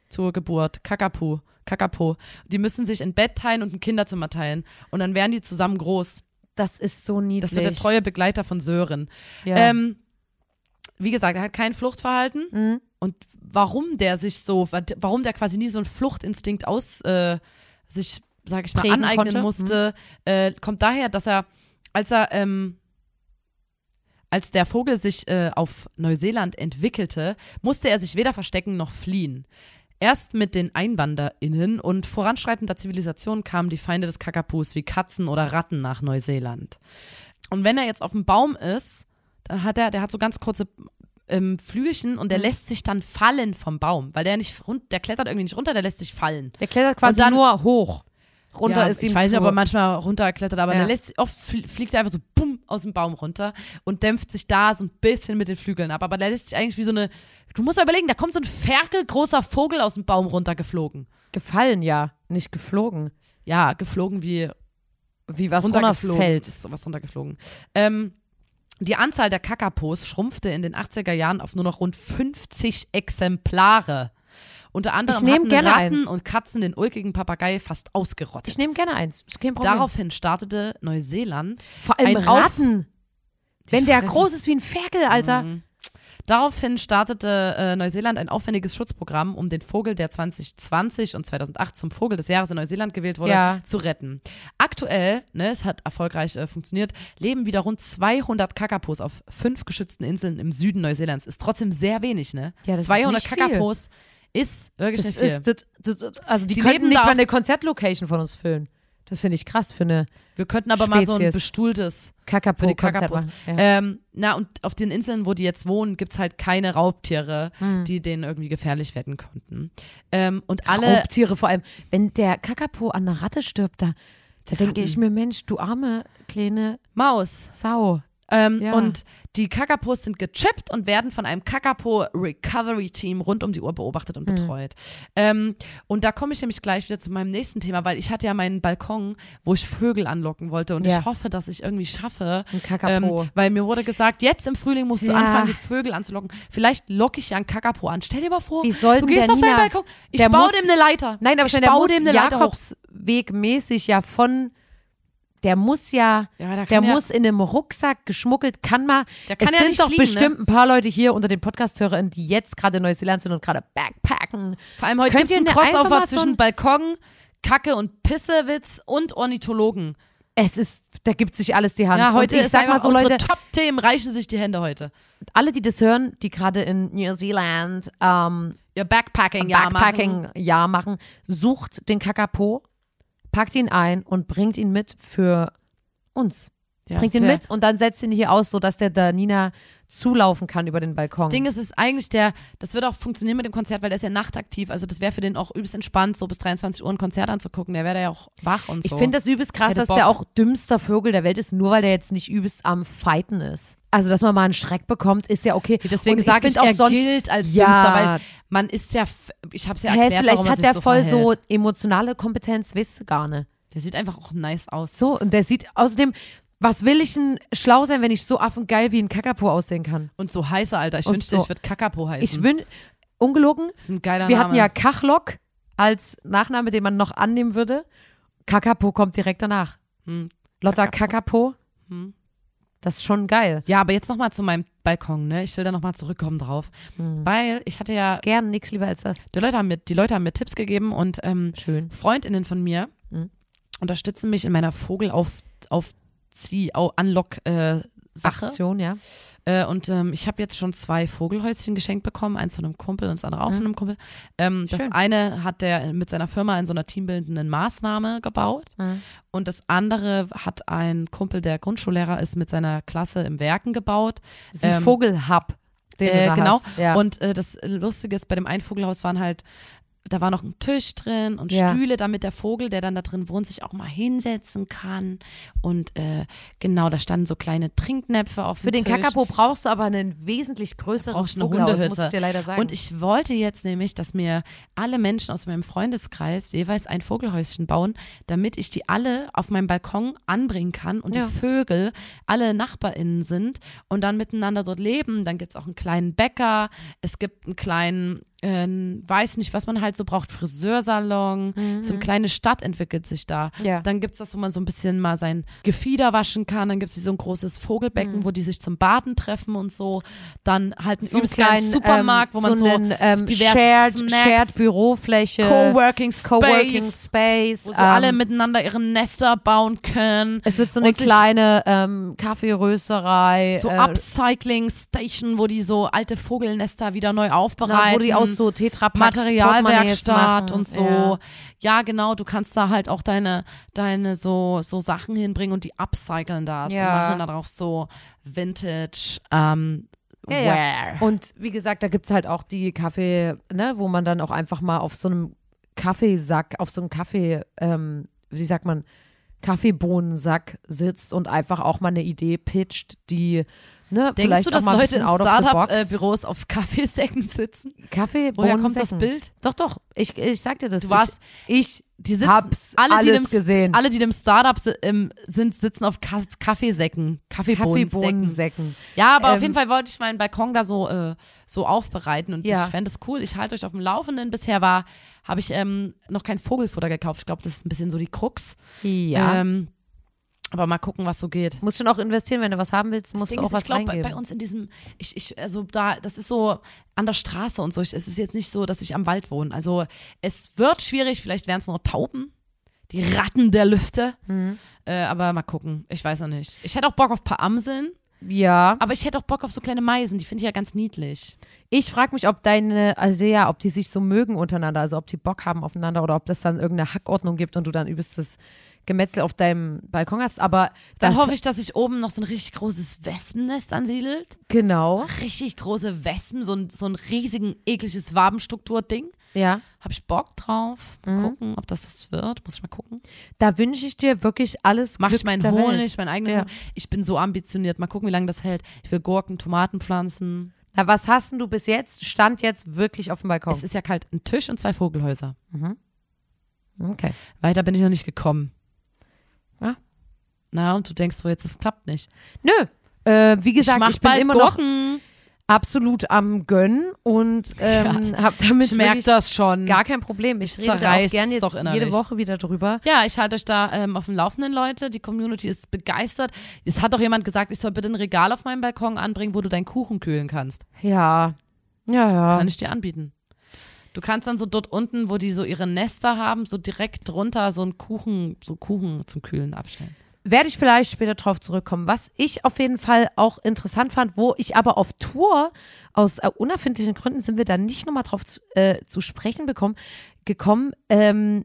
[SPEAKER 2] zur Geburt. Kakapu. Kakapo. Die müssen sich ein Bett teilen und ein Kinderzimmer teilen. Und dann werden die zusammen groß.
[SPEAKER 1] das ist so niedlich.
[SPEAKER 2] Das wird der treue Begleiter von Sören.
[SPEAKER 1] Ja.
[SPEAKER 2] Ähm, wie gesagt, er hat kein Fluchtverhalten.
[SPEAKER 1] Hm?
[SPEAKER 2] Und warum der sich so, warum der quasi nie so einen Fluchtinstinkt aus äh, sich, sag ich mal,
[SPEAKER 1] Prägen
[SPEAKER 2] aneignen
[SPEAKER 1] konnte.
[SPEAKER 2] musste, äh, kommt daher, dass er, als er, ähm, als der Vogel sich äh, auf Neuseeland entwickelte, musste er sich weder verstecken noch fliehen. Erst mit den EinwanderInnen und voranschreitender Zivilisation kamen die Feinde des Kakapus wie Katzen oder Ratten nach Neuseeland. Und wenn er jetzt auf dem Baum ist, dann hat er, der hat so ganz kurze ähm, Flügelchen und der
[SPEAKER 1] Mhm.
[SPEAKER 2] lässt sich dann fallen vom Baum, weil der nicht rund, der klettert irgendwie nicht runter, der lässt sich fallen.
[SPEAKER 1] der klettert quasi
[SPEAKER 2] und dann-
[SPEAKER 1] nur hoch. Runter
[SPEAKER 2] Ja,
[SPEAKER 1] ist ihm
[SPEAKER 2] Ich weiß
[SPEAKER 1] zu.
[SPEAKER 2] nicht, ob er manchmal runterklettert, aber
[SPEAKER 1] Ja.
[SPEAKER 2] der lässt sich, oft fl- fliegt er einfach so bumm aus dem Baum runter und dämpft sich da so ein bisschen mit den Flügeln ab. Aber der lässt sich eigentlich wie so eine, du musst mal überlegen, da kommt so ein ferkelgroßer Vogel aus dem Baum runtergeflogen.
[SPEAKER 1] Gefallen, ja. Nicht geflogen.
[SPEAKER 2] Ja, geflogen wie
[SPEAKER 1] Wie was
[SPEAKER 2] runtergeflogen.
[SPEAKER 1] runterfällt.
[SPEAKER 2] Ist sowas runtergeflogen. Ähm, die Anzahl der Kakapos schrumpfte in den 80er Jahren auf nur noch rund 50 Exemplare. Unter anderem
[SPEAKER 1] nehm
[SPEAKER 2] hatten
[SPEAKER 1] gerne
[SPEAKER 2] Ratten
[SPEAKER 1] eins.
[SPEAKER 2] und Katzen den ulkigen Papagei fast ausgerottet.
[SPEAKER 1] Ich nehme gerne eins. Ist kein Problem.
[SPEAKER 2] Daraufhin startete Neuseeland
[SPEAKER 1] Vor allem
[SPEAKER 2] ein Rauf-
[SPEAKER 1] Ratten. Wenn der
[SPEAKER 2] fressen-
[SPEAKER 1] Mhm. groß ist wie ein Ferkel, Alter.
[SPEAKER 2] Daraufhin startete äh, Neuseeland ein aufwendiges Schutzprogramm, um den Vogel, der 2020 und 2008 zum Vogel des Jahres in Neuseeland gewählt wurde,
[SPEAKER 1] Ja.
[SPEAKER 2] zu retten. Aktuell, ne, es hat erfolgreich äh, funktioniert, leben wieder rund 200 Kakapos auf fünf geschützten Inseln im Süden Neuseelands. Ist trotzdem sehr wenig, ne?
[SPEAKER 1] Ja, das ist
[SPEAKER 2] 200
[SPEAKER 1] nicht viel.
[SPEAKER 2] Kakapos ist
[SPEAKER 1] Das
[SPEAKER 2] wirklich nicht viel.
[SPEAKER 1] ist, das, das, das, also die,
[SPEAKER 2] Die
[SPEAKER 1] könnten
[SPEAKER 2] leben
[SPEAKER 1] nicht
[SPEAKER 2] da
[SPEAKER 1] mal
[SPEAKER 2] auf-
[SPEAKER 1] eine Konzertlocation von uns füllen. Das finde ich krass für eine
[SPEAKER 2] Wir könnten aber mal so ein
[SPEAKER 1] Spezies.
[SPEAKER 2] bestuhltes für die
[SPEAKER 1] Kakapo-Konzert
[SPEAKER 2] Kakapos.
[SPEAKER 1] machen. Ja.
[SPEAKER 2] Ähm, na, und auf den Inseln, wo die jetzt wohnen, gibt's halt keine Raubtiere,
[SPEAKER 1] Hm.
[SPEAKER 2] die denen irgendwie gefährlich werden könnten. Ähm, und alle.
[SPEAKER 1] Raubtiere vor allem. Wenn der Kakapo an einer Ratte stirbt, da, da denke ich mir, Mensch, du arme kleine
[SPEAKER 2] Maus.
[SPEAKER 1] Sau.
[SPEAKER 2] Ähm,
[SPEAKER 1] Ja.
[SPEAKER 2] Und die Kakapos sind gechippt und werden von einem Kakapo-Recovery-Team rund um die Uhr beobachtet
[SPEAKER 1] Hm.
[SPEAKER 2] und betreut. Ähm, und da komme ich nämlich gleich wieder zu meinem nächsten Thema, weil ich hatte ja meinen Balkon, wo ich Vögel anlocken wollte und
[SPEAKER 1] Ja.
[SPEAKER 2] ich hoffe, dass ich irgendwie schaffe. ähm,
[SPEAKER 1] Ein Kakapo.
[SPEAKER 2] weil mir wurde gesagt, jetzt im Frühling musst du
[SPEAKER 1] Ja.
[SPEAKER 2] anfangen, die Vögel anzulocken. Vielleicht locke ich ja einen Kakapo an. Stell dir mal vor,
[SPEAKER 1] Wie soll
[SPEAKER 2] du
[SPEAKER 1] denn
[SPEAKER 2] gehst
[SPEAKER 1] der
[SPEAKER 2] auf deinen
[SPEAKER 1] Nina-
[SPEAKER 2] Balkon. Ich
[SPEAKER 1] der
[SPEAKER 2] baue
[SPEAKER 1] muss-
[SPEAKER 2] dem eine Leiter.
[SPEAKER 1] Nein, aber
[SPEAKER 2] ich
[SPEAKER 1] schon, der
[SPEAKER 2] baue
[SPEAKER 1] muss
[SPEAKER 2] dem eine Leiter hoch.
[SPEAKER 1] Jakobswegmäßig ja von, der muss ja,
[SPEAKER 2] Ja,
[SPEAKER 1] der
[SPEAKER 2] der kann ja-
[SPEAKER 1] muss in einem Rucksack geschmuggelt, kann mal,
[SPEAKER 2] Der kann
[SPEAKER 1] es
[SPEAKER 2] ja
[SPEAKER 1] sind
[SPEAKER 2] nicht
[SPEAKER 1] doch
[SPEAKER 2] fliegen, ne?
[SPEAKER 1] bestimmt ein paar Leute hier unter den Podcast-Hörern, die jetzt gerade in Neuseeland sind und gerade backpacken.
[SPEAKER 2] Vor allem heute
[SPEAKER 1] Könnt
[SPEAKER 2] gibt es einen
[SPEAKER 1] ihr eine
[SPEAKER 2] Crossover
[SPEAKER 1] Information-
[SPEAKER 2] zwischen Balkon, Kacke und Pissewitz und Ornithologen.
[SPEAKER 1] Es ist, da gibt sich alles die Hand.
[SPEAKER 2] Ja, heute
[SPEAKER 1] und ich
[SPEAKER 2] ist
[SPEAKER 1] sag mal so,
[SPEAKER 2] unsere
[SPEAKER 1] Leute,
[SPEAKER 2] Top-Themen reichen sich die Hände heute.
[SPEAKER 1] alle, die das hören, die gerade in Neuseeland ähm,
[SPEAKER 2] Ja, Backpacking, ja, machen.
[SPEAKER 1] Backpacking-Jahr machen, sucht den Kakapo, packt ihn ein und bringt ihn mit für uns.
[SPEAKER 2] Ja,
[SPEAKER 1] Bringt
[SPEAKER 2] das
[SPEAKER 1] ihn
[SPEAKER 2] wär-
[SPEAKER 1] mit und dann setzt ihn hier aus, sodass der da Nina zulaufen kann über den Balkon.
[SPEAKER 2] Das Ding ist, es ist eigentlich der, das wird auch funktionieren mit dem Konzert, weil der ist ja nachtaktiv. Also das wäre für den auch übelst entspannt, so bis 23 Uhr ein Konzert anzugucken. Der wäre da ja auch wach und
[SPEAKER 1] ich
[SPEAKER 2] so.
[SPEAKER 1] finde das übelst krass,
[SPEAKER 2] Hätte
[SPEAKER 1] dass der
[SPEAKER 2] Bock.
[SPEAKER 1] auch dümmster Vögel der Welt ist, nur weil der jetzt nicht übelst am Fighten ist. Also, dass man mal einen Schreck bekommt, ist ja okay.
[SPEAKER 2] Deswegen
[SPEAKER 1] Und ich
[SPEAKER 2] sage ich,
[SPEAKER 1] find auch
[SPEAKER 2] er
[SPEAKER 1] sonst,
[SPEAKER 2] gilt als
[SPEAKER 1] Ja.
[SPEAKER 2] dümmster, weil man ist ja, f- ich habe es ja
[SPEAKER 1] hä,
[SPEAKER 2] erklärt,
[SPEAKER 1] vielleicht
[SPEAKER 2] warum
[SPEAKER 1] hat
[SPEAKER 2] er
[SPEAKER 1] der
[SPEAKER 2] sich so
[SPEAKER 1] voll so
[SPEAKER 2] verhält.
[SPEAKER 1] emotionale Kompetenz, weißt du gar nicht.
[SPEAKER 2] Der sieht einfach auch nice aus.
[SPEAKER 1] So, und der sieht außerdem, was will ich denn schlau sein, wenn ich so affengeil wie ein Kakapo aussehen kann?
[SPEAKER 2] Und so heißer, Alter. Ich
[SPEAKER 1] Und
[SPEAKER 2] wünschte,
[SPEAKER 1] so-
[SPEAKER 2] ich würde Kakapo heißen.
[SPEAKER 1] Ich bin, ungelogen,
[SPEAKER 2] das ist ein geiler
[SPEAKER 1] wir
[SPEAKER 2] Name.
[SPEAKER 1] hatten ja Kachlock als Nachname, den man noch annehmen würde. Kakapo kommt direkt danach.
[SPEAKER 2] Hm.
[SPEAKER 1] Lotta
[SPEAKER 2] Kakapo.
[SPEAKER 1] Kakapo.
[SPEAKER 2] Hm.
[SPEAKER 1] Das ist schon geil.
[SPEAKER 2] Ja, aber jetzt nochmal zu meinem Balkon, ne? Ich will da nochmal zurückkommen drauf. Weil ich hatte ja,
[SPEAKER 1] Gern, nix lieber als das.
[SPEAKER 2] die Leute haben mir, die Leute haben mir Tipps gegeben und ähm,
[SPEAKER 1] Schön.
[SPEAKER 2] Freundinnen von mir
[SPEAKER 1] Mhm.
[SPEAKER 2] unterstützen mich in meiner Vogel auf, auf Zieh, au, Unlock äh, Sache.
[SPEAKER 1] Aktion, ja.
[SPEAKER 2] Äh, und ähm, ich habe jetzt schon zwei Vogelhäuschen geschenkt bekommen, eins von einem Kumpel und das andere auch von einem Kumpel. Ähm, das
[SPEAKER 1] Schön.
[SPEAKER 2] eine hat der mit seiner Firma in so einer teambildenden Maßnahme gebaut
[SPEAKER 1] Mhm.
[SPEAKER 2] und das andere hat ein Kumpel, der Grundschullehrer ist, mit seiner Klasse im Werken gebaut.
[SPEAKER 1] Das ist ein
[SPEAKER 2] Ähm,
[SPEAKER 1] Vogelhub, den du
[SPEAKER 2] äh,
[SPEAKER 1] da
[SPEAKER 2] genau.
[SPEAKER 1] hast. Ja.
[SPEAKER 2] Und äh, das Lustige ist, bei dem einen Vogelhaus waren halt, da war noch ein Tisch drin und
[SPEAKER 1] Ja.
[SPEAKER 2] Stühle, damit der Vogel, der dann da drin wohnt, sich auch mal hinsetzen kann. Und äh, genau, da standen so kleine Trinknäpfe auf
[SPEAKER 1] Für den
[SPEAKER 2] dem Tisch.
[SPEAKER 1] Kakapo brauchst du aber ein wesentlich größeres
[SPEAKER 2] brauchst du eine
[SPEAKER 1] Vogelhaus, muss
[SPEAKER 2] Hundehütte.
[SPEAKER 1] ich dir leider sagen.
[SPEAKER 2] Und ich wollte jetzt nämlich, dass mir alle Menschen aus meinem Freundeskreis jeweils ein Vogelhäuschen bauen, damit ich die alle auf meinem Balkon anbringen kann und
[SPEAKER 1] Ja.
[SPEAKER 2] die Vögel alle NachbarInnen sind und dann miteinander dort leben. Dann gibt es auch einen kleinen Bäcker, es gibt einen kleinen, äh, weiß nicht, was man halt so braucht, Friseursalon. So eine kleine Stadt entwickelt sich da.
[SPEAKER 1] Mhm. Ja.
[SPEAKER 2] Dann gibt es das, wo man so ein bisschen mal sein Gefieder waschen kann. Dann gibt es wie so ein großes Vogelbecken,
[SPEAKER 1] Mhm.
[SPEAKER 2] wo die sich zum Baden treffen und so. Dann halt einen
[SPEAKER 1] so einen
[SPEAKER 2] übelst kleinen
[SPEAKER 1] kleinen,
[SPEAKER 2] Supermarkt,
[SPEAKER 1] ähm,
[SPEAKER 2] wo man so,
[SPEAKER 1] einen, ähm,
[SPEAKER 2] diverse
[SPEAKER 1] shared,
[SPEAKER 2] Snacks-
[SPEAKER 1] shared Bürofläche,
[SPEAKER 2] Coworking Space,
[SPEAKER 1] äh, Coworking Space,
[SPEAKER 2] wo so
[SPEAKER 1] ähm,
[SPEAKER 2] alle miteinander ihre Nester bauen können.
[SPEAKER 1] es wird so eine
[SPEAKER 2] und sich-
[SPEAKER 1] kleine ähm, Kaffeerösterei,
[SPEAKER 2] So
[SPEAKER 1] äh,
[SPEAKER 2] Upcycling Station, wo die so alte Vogelnester wieder neu aufbereiten.
[SPEAKER 1] na, wo die aus so tetra
[SPEAKER 2] Materialwerkstatt und so.
[SPEAKER 1] Ja.
[SPEAKER 2] Ja. genau, du kannst da halt auch deine, deine so, so Sachen hinbringen und die upcyclen das
[SPEAKER 1] Ja.
[SPEAKER 2] und machen darauf so Vintage ähm,
[SPEAKER 1] Ja, ja.
[SPEAKER 2] Wear.
[SPEAKER 1] Und wie gesagt, da gibt es halt auch die Kaffee, ne, wo man dann auch einfach mal auf so einem Kaffeesack, auf so einem Kaffee, ähm, wie sagt man, Kaffeebohnensack sitzt und einfach auch mal eine Idee pitcht, die ne,
[SPEAKER 2] Denkst
[SPEAKER 1] vielleicht
[SPEAKER 2] du,
[SPEAKER 1] auch
[SPEAKER 2] dass
[SPEAKER 1] mal ein
[SPEAKER 2] Leute
[SPEAKER 1] bisschen
[SPEAKER 2] in
[SPEAKER 1] out of the box.
[SPEAKER 2] Startup-Büros auf Kaffeesäcken sitzen?
[SPEAKER 1] Kaffeebohnensäcken.
[SPEAKER 2] Woher kommt das Bild?
[SPEAKER 1] Doch, doch. Ich, ich sag dir das.
[SPEAKER 2] Du warst-
[SPEAKER 1] Ich, ich
[SPEAKER 2] Die sitzen,
[SPEAKER 1] hab's
[SPEAKER 2] alle, die in
[SPEAKER 1] alles
[SPEAKER 2] einem-
[SPEAKER 1] gesehen.
[SPEAKER 2] Alle, die in einem Startup si- im, sind, sitzen auf Ka Kaffeesäcken, Kaffeebohnensäcken.
[SPEAKER 1] Kaffeebohnensäcken.
[SPEAKER 2] Ja, aber auf
[SPEAKER 1] Ähm,
[SPEAKER 2] jeden Fall wollte ich meinen Balkon da so, äh, so aufbereiten und
[SPEAKER 1] Ja.
[SPEAKER 2] ich fände es cool. Ich halte euch auf dem Laufenden. Bisher war, habe ich ähm, noch kein Vogelfutter gekauft. Ich glaube, das ist ein bisschen so die Krux.
[SPEAKER 1] Ja.
[SPEAKER 2] Ähm, Aber mal gucken, was so geht.
[SPEAKER 1] Musst schon auch investieren, wenn du was haben willst,
[SPEAKER 2] Das
[SPEAKER 1] musst du
[SPEAKER 2] Ding
[SPEAKER 1] auch
[SPEAKER 2] ist,
[SPEAKER 1] was
[SPEAKER 2] ich glaub, bei,
[SPEAKER 1] reingeben.
[SPEAKER 2] bei uns in diesem, ich, ich, also da, das ist so an der Straße und so. Ich, es ist jetzt nicht so, dass ich am Wald wohne. Also es wird schwierig, vielleicht wären es nur Tauben, die Ratten der Lüfte.
[SPEAKER 1] Mhm.
[SPEAKER 2] Äh, aber mal gucken, ich weiß noch nicht. Ich hätte auch Bock auf ein paar Amseln,
[SPEAKER 1] ja.
[SPEAKER 2] aber ich hätte auch Bock auf so kleine Meisen, die finde ich ja ganz niedlich.
[SPEAKER 1] Ich frage mich, ob deine, also ja, ob die sich so mögen untereinander, also ob die Bock haben aufeinander oder ob das dann irgendeine Hackordnung gibt und du dann übelstes Gemetzel auf deinem Balkon hast. Aber
[SPEAKER 2] Dann
[SPEAKER 1] das,
[SPEAKER 2] hoffe ich, dass sich oben noch so ein richtig großes Wespennest ansiedelt.
[SPEAKER 1] Genau.
[SPEAKER 2] Richtig große Wespen, so ein, so ein riesigen, ekliges Wabenstruktur-Ding.
[SPEAKER 1] Ja.
[SPEAKER 2] Hab ich Bock drauf. Mal
[SPEAKER 1] Mhm.
[SPEAKER 2] gucken, ob das was wird. Muss ich mal gucken.
[SPEAKER 1] Da wünsche ich dir wirklich alles
[SPEAKER 2] Mach
[SPEAKER 1] Glück
[SPEAKER 2] ich meinen
[SPEAKER 1] der
[SPEAKER 2] Honig,
[SPEAKER 1] Welt.
[SPEAKER 2] meinen eigenen
[SPEAKER 1] Ja.
[SPEAKER 2] Honig. Ich bin so ambitioniert. Mal gucken, wie lange das hält. Ich will Gurken, Tomaten pflanzen.
[SPEAKER 1] Na, was hast denn du bis jetzt? Stand jetzt wirklich auf dem Balkon.
[SPEAKER 2] Es ist ja kalt. Ein Tisch und zwei Vogelhäuser.
[SPEAKER 1] Okay.
[SPEAKER 2] Weiter bin ich noch nicht gekommen.
[SPEAKER 1] Ja.
[SPEAKER 2] Na, und du denkst so, jetzt, das klappt nicht.
[SPEAKER 1] Nö. Äh, wie gesagt, ich,
[SPEAKER 2] mach
[SPEAKER 1] bin
[SPEAKER 2] bald
[SPEAKER 1] immer noch
[SPEAKER 2] Gurken.
[SPEAKER 1] absolut am Gönnen und ähm, habe damit
[SPEAKER 2] Ich merke
[SPEAKER 1] wirklich
[SPEAKER 2] das schon.
[SPEAKER 1] gar kein Problem. Ich rede da auch
[SPEAKER 2] Zerreißt's
[SPEAKER 1] gerne jetzt
[SPEAKER 2] doch innerlich.
[SPEAKER 1] jede Woche wieder drüber.
[SPEAKER 2] Ja, ich halte euch da ähm, auf dem Laufenden, Leute. Die Community ist begeistert. Es hat auch jemand gesagt, ich soll bitte ein Regal auf meinem Balkon anbringen, wo du deinen Kuchen kühlen kannst.
[SPEAKER 1] Ja. Ja, ja.
[SPEAKER 2] Kann ich dir anbieten. Du kannst dann so dort unten, wo die so ihre Nester haben, so direkt drunter so einen Kuchen, so Kuchen zum Kühlen abstellen.
[SPEAKER 1] werde ich vielleicht später drauf zurückkommen. Was ich auf jeden Fall auch interessant fand, wo ich aber auf Tour aus äh, unerfindlichen Gründen sind wir da nicht nochmal drauf zu, äh, zu sprechen bekommen, gekommen. Ähm,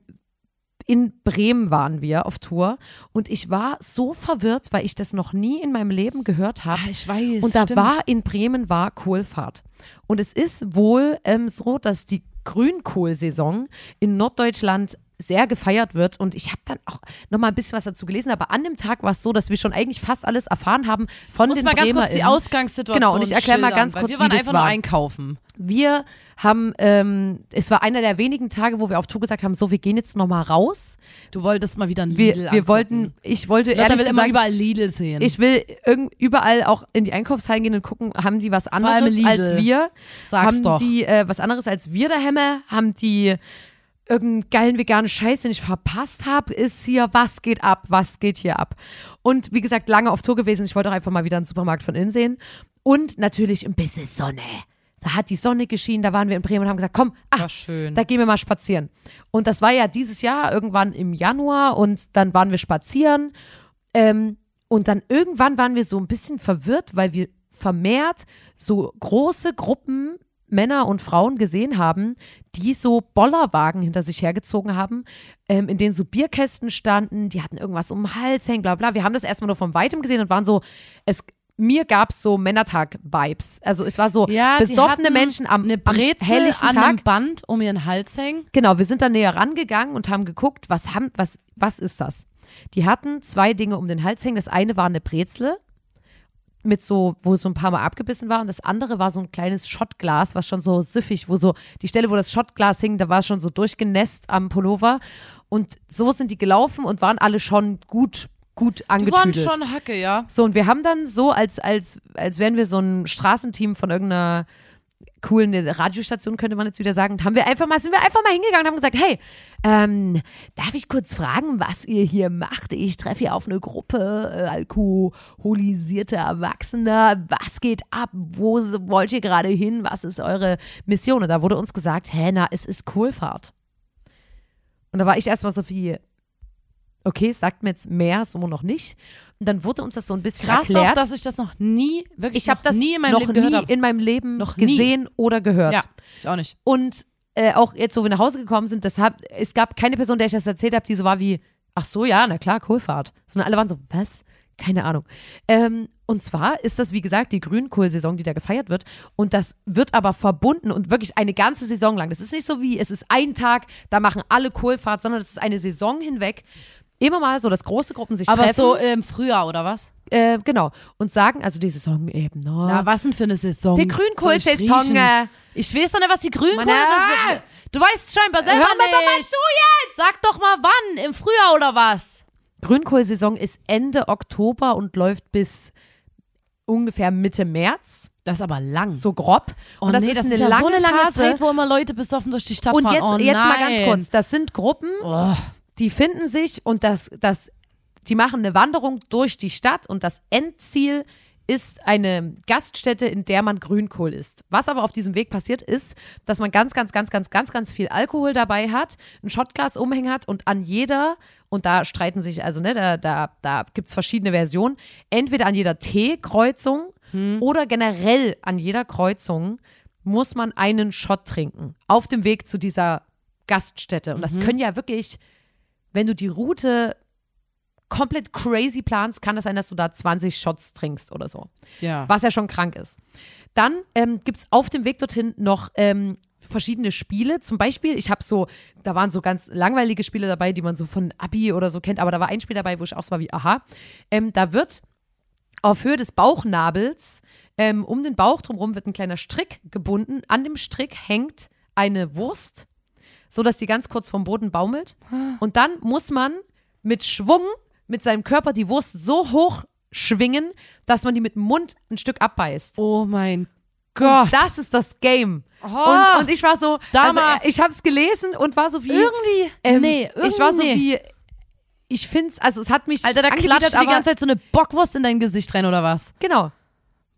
[SPEAKER 1] in Bremen waren wir auf Tour und ich war so verwirrt, weil ich das noch nie in meinem Leben gehört habe.
[SPEAKER 2] Ah, ich weiß.
[SPEAKER 1] Und da war in Bremen war Kohlfahrt. Und es ist wohl ähm, so, dass die Grünkohlsaison in Norddeutschland sehr gefeiert wird. Und ich habe dann auch noch mal ein bisschen was dazu gelesen. Aber an dem Tag war es so, dass wir schon eigentlich fast alles erfahren haben von
[SPEAKER 2] Muss
[SPEAKER 1] den
[SPEAKER 2] mal ganz kurz die
[SPEAKER 1] BremerInnen.
[SPEAKER 2] Ausgangssituation.
[SPEAKER 1] Genau, und ich erklär mal
[SPEAKER 2] schildern,
[SPEAKER 1] ganz
[SPEAKER 2] weil
[SPEAKER 1] kurz,
[SPEAKER 2] wir
[SPEAKER 1] wie
[SPEAKER 2] waren
[SPEAKER 1] das
[SPEAKER 2] einfach
[SPEAKER 1] war.
[SPEAKER 2] nur einkaufen.
[SPEAKER 1] Wir haben, ähm, es war einer der wenigen Tage, wo wir auf Tour gesagt haben, so, wir gehen jetzt noch mal raus.
[SPEAKER 2] Du wolltest mal wieder ein
[SPEAKER 1] Wir,
[SPEAKER 2] Lidl
[SPEAKER 1] wir wollten, ich wollte
[SPEAKER 2] Lotta
[SPEAKER 1] ehrlich
[SPEAKER 2] will immer
[SPEAKER 1] gesagt,
[SPEAKER 2] überall Lidl sehen.
[SPEAKER 1] ich will irgend- überall auch in die Einkaufshallen gehen und gucken, haben die was
[SPEAKER 2] allem
[SPEAKER 1] anderes als
[SPEAKER 2] Lidl.
[SPEAKER 1] wir?
[SPEAKER 2] Sag's
[SPEAKER 1] haben
[SPEAKER 2] doch.
[SPEAKER 1] die äh, was anderes als wir der Hemme? Haben die irgendeinen geilen veganen Scheiß, den ich verpasst habe? Ist hier, was geht ab? Was geht hier ab? Und wie gesagt, lange auf Tour gewesen. Ich wollte auch einfach mal wieder einen Supermarkt von innen sehen. Und natürlich ein bisschen Sonne. Da hat die Sonne geschienen, da waren wir in Bremen und haben gesagt, komm, ah, ach,
[SPEAKER 2] War schön.
[SPEAKER 1] da gehen wir mal spazieren. Und das war ja dieses Jahr irgendwann im Januar und dann waren wir spazieren. Ähm, und dann irgendwann waren wir so ein bisschen verwirrt, weil wir vermehrt so große Gruppen Männer und Frauen gesehen haben, die so Bollerwagen hinter sich hergezogen haben, ähm, in denen so Bierkästen standen, die hatten irgendwas um den Hals hängen, bla bla. Wir haben das erstmal nur von weitem gesehen und waren so, es, mir gab es so Männertag-Vibes. Also es war so
[SPEAKER 2] Ja, die
[SPEAKER 1] besoffene
[SPEAKER 2] hatten
[SPEAKER 1] Menschen am,
[SPEAKER 2] eine
[SPEAKER 1] am
[SPEAKER 2] Brezel
[SPEAKER 1] helllichen
[SPEAKER 2] an
[SPEAKER 1] Tag.
[SPEAKER 2] einem Band um ihren Hals hängen.
[SPEAKER 1] Genau, wir sind dann näher rangegangen und haben geguckt, was, haben, was, was ist das? Die hatten zwei Dinge um den Hals hängen. Das eine war eine Brezel, mit so, wo so ein paar Mal abgebissen war. Und das andere war so ein kleines Schottglas, was schon so siffig, wo so, die Stelle, wo das Schottglas hing, da war es schon so durchgenässt am Pullover. Und so sind die gelaufen und waren alle schon gut, gut
[SPEAKER 2] Die waren
[SPEAKER 1] angetüdelt.
[SPEAKER 2] schon Hacke, ja.
[SPEAKER 1] So, und wir haben dann so, als, als, als wären wir so ein Straßenteam von irgendeiner coolen Radiostation, könnte man jetzt wieder sagen, haben wir einfach mal, sind wir einfach mal hingegangen und haben gesagt, hey, ähm, darf ich kurz fragen, was ihr hier macht? Ich treffe hier auf eine Gruppe äh, alkoholisierter Erwachsener. Was geht ab? Wo s- wollt ihr gerade hin? Was ist eure Mission? Und da wurde uns gesagt, hä, na, es ist Kohlfahrt. Und da war ich erstmal so wie, okay, sagt mir jetzt mehr, so noch nicht. Und dann wurde uns das so ein bisschen
[SPEAKER 2] Krass
[SPEAKER 1] erklärt.
[SPEAKER 2] auch, dass ich das noch nie, wirklich
[SPEAKER 1] ich habe
[SPEAKER 2] noch
[SPEAKER 1] das
[SPEAKER 2] nie in meinem
[SPEAKER 1] noch
[SPEAKER 2] Leben
[SPEAKER 1] nie
[SPEAKER 2] gehört habe.
[SPEAKER 1] in meinem Leben
[SPEAKER 2] Noch nie.
[SPEAKER 1] gesehen oder gehört.
[SPEAKER 2] Ja, ich auch nicht.
[SPEAKER 1] Und äh, auch jetzt, wo wir nach Hause gekommen sind, deshalb, es gab keine Person, der ich das erzählt habe, die so war wie, ach so, ja, na klar, Kohlfahrt. Sondern alle waren so, was? Keine Ahnung. Ähm, und zwar ist das, wie gesagt, die Grünkohlsaison, die da gefeiert wird. Und das wird aber verbunden und wirklich eine ganze Saison lang. Das ist nicht so wie, es ist ein Tag, da machen alle Kohlfahrt, sondern es ist eine Saison hinweg. Immer mal so, dass große Gruppen sich
[SPEAKER 2] Aber
[SPEAKER 1] treffen.
[SPEAKER 2] so im Frühjahr oder was? Ah.
[SPEAKER 1] äh, genau. Und sagen, also die Saison eben, ne?
[SPEAKER 2] Na, was denn für eine Saison?
[SPEAKER 1] Die Grünkohlsaison,
[SPEAKER 2] Soll ich
[SPEAKER 1] äh.
[SPEAKER 2] riechen? Ich weiß doch nicht, was die Grünkohl
[SPEAKER 1] Mann,
[SPEAKER 2] ist.
[SPEAKER 1] äh.
[SPEAKER 2] Du weißt scheinbar selber
[SPEAKER 1] Hör mir
[SPEAKER 2] nicht.
[SPEAKER 1] doch mal zu
[SPEAKER 2] jetzt! Sag doch mal wann, im Frühjahr oder was?
[SPEAKER 1] Grünkohlsaison ist Ende Oktober und läuft bis ungefähr Mitte März,
[SPEAKER 2] Das ist aber lang.
[SPEAKER 1] so grob.
[SPEAKER 2] oh,
[SPEAKER 1] und das
[SPEAKER 2] nee,
[SPEAKER 1] ist
[SPEAKER 2] das
[SPEAKER 1] eine
[SPEAKER 2] ist ja
[SPEAKER 1] lange
[SPEAKER 2] so eine lange
[SPEAKER 1] Phase.
[SPEAKER 2] Zeit, wo immer Leute besoffen durch die Stadt
[SPEAKER 1] und jetzt,
[SPEAKER 2] fahren. oh,
[SPEAKER 1] jetzt mal
[SPEAKER 2] nein.
[SPEAKER 1] ganz kurz, das sind Gruppen,
[SPEAKER 2] Oh,
[SPEAKER 1] die finden sich und das, das Die machen eine Wanderung durch die Stadt und das Endziel ist eine Gaststätte, in der man Grünkohl isst. Was aber auf diesem Weg passiert ist, dass man ganz, ganz, ganz, ganz, ganz, ganz viel Alkohol dabei hat, ein Shotglas umhängen hat und an jeder, und da streiten sich, also ne, da, da, da gibt's verschiedene Versionen, entweder an jeder T-Kreuzung oder generell an jeder Kreuzung muss man einen Shot trinken. Auf dem Weg zu dieser Gaststätte. Und das können ja wirklich, wenn du die Route komplett crazy planst, kann das sein, dass du da 20 Shots trinkst oder so
[SPEAKER 2] Ja.
[SPEAKER 1] was ja schon krank ist. Dann ähm, gibt es auf dem Weg dorthin noch ähm, verschiedene Spiele. Zum Beispiel, ich habe so, da waren so ganz langweilige Spiele dabei, die man so von Abi oder so kennt, aber da war ein Spiel dabei, wo ich auch so war wie, aha, ähm, da wird auf Höhe des Bauchnabels ähm, um den Bauch drumherum wird ein kleiner Strick gebunden. An dem Strick hängt eine Wurst, sodass die ganz kurz vom Boden baumelt. Und dann muss man mit Schwung mit seinem Körper die Wurst so hoch schwingen, dass man die mit dem Mund ein Stück abbeißt.
[SPEAKER 2] Oh mein Gott.
[SPEAKER 1] Das ist das Game.
[SPEAKER 2] Oh.
[SPEAKER 1] Und, und ich war so, also,
[SPEAKER 2] Dama.
[SPEAKER 1] ich habe es gelesen und war so wie,
[SPEAKER 2] irgendwie.
[SPEAKER 1] ähm,
[SPEAKER 2] nee, irgendwie.
[SPEAKER 1] ich war so
[SPEAKER 2] nee.
[SPEAKER 1] wie, ich find's, also es hat mich
[SPEAKER 2] Alter, da
[SPEAKER 1] angewidert,
[SPEAKER 2] klatscht die
[SPEAKER 1] aber,
[SPEAKER 2] ganze Zeit so eine Bockwurst in dein Gesicht rein, oder was?
[SPEAKER 1] Genau.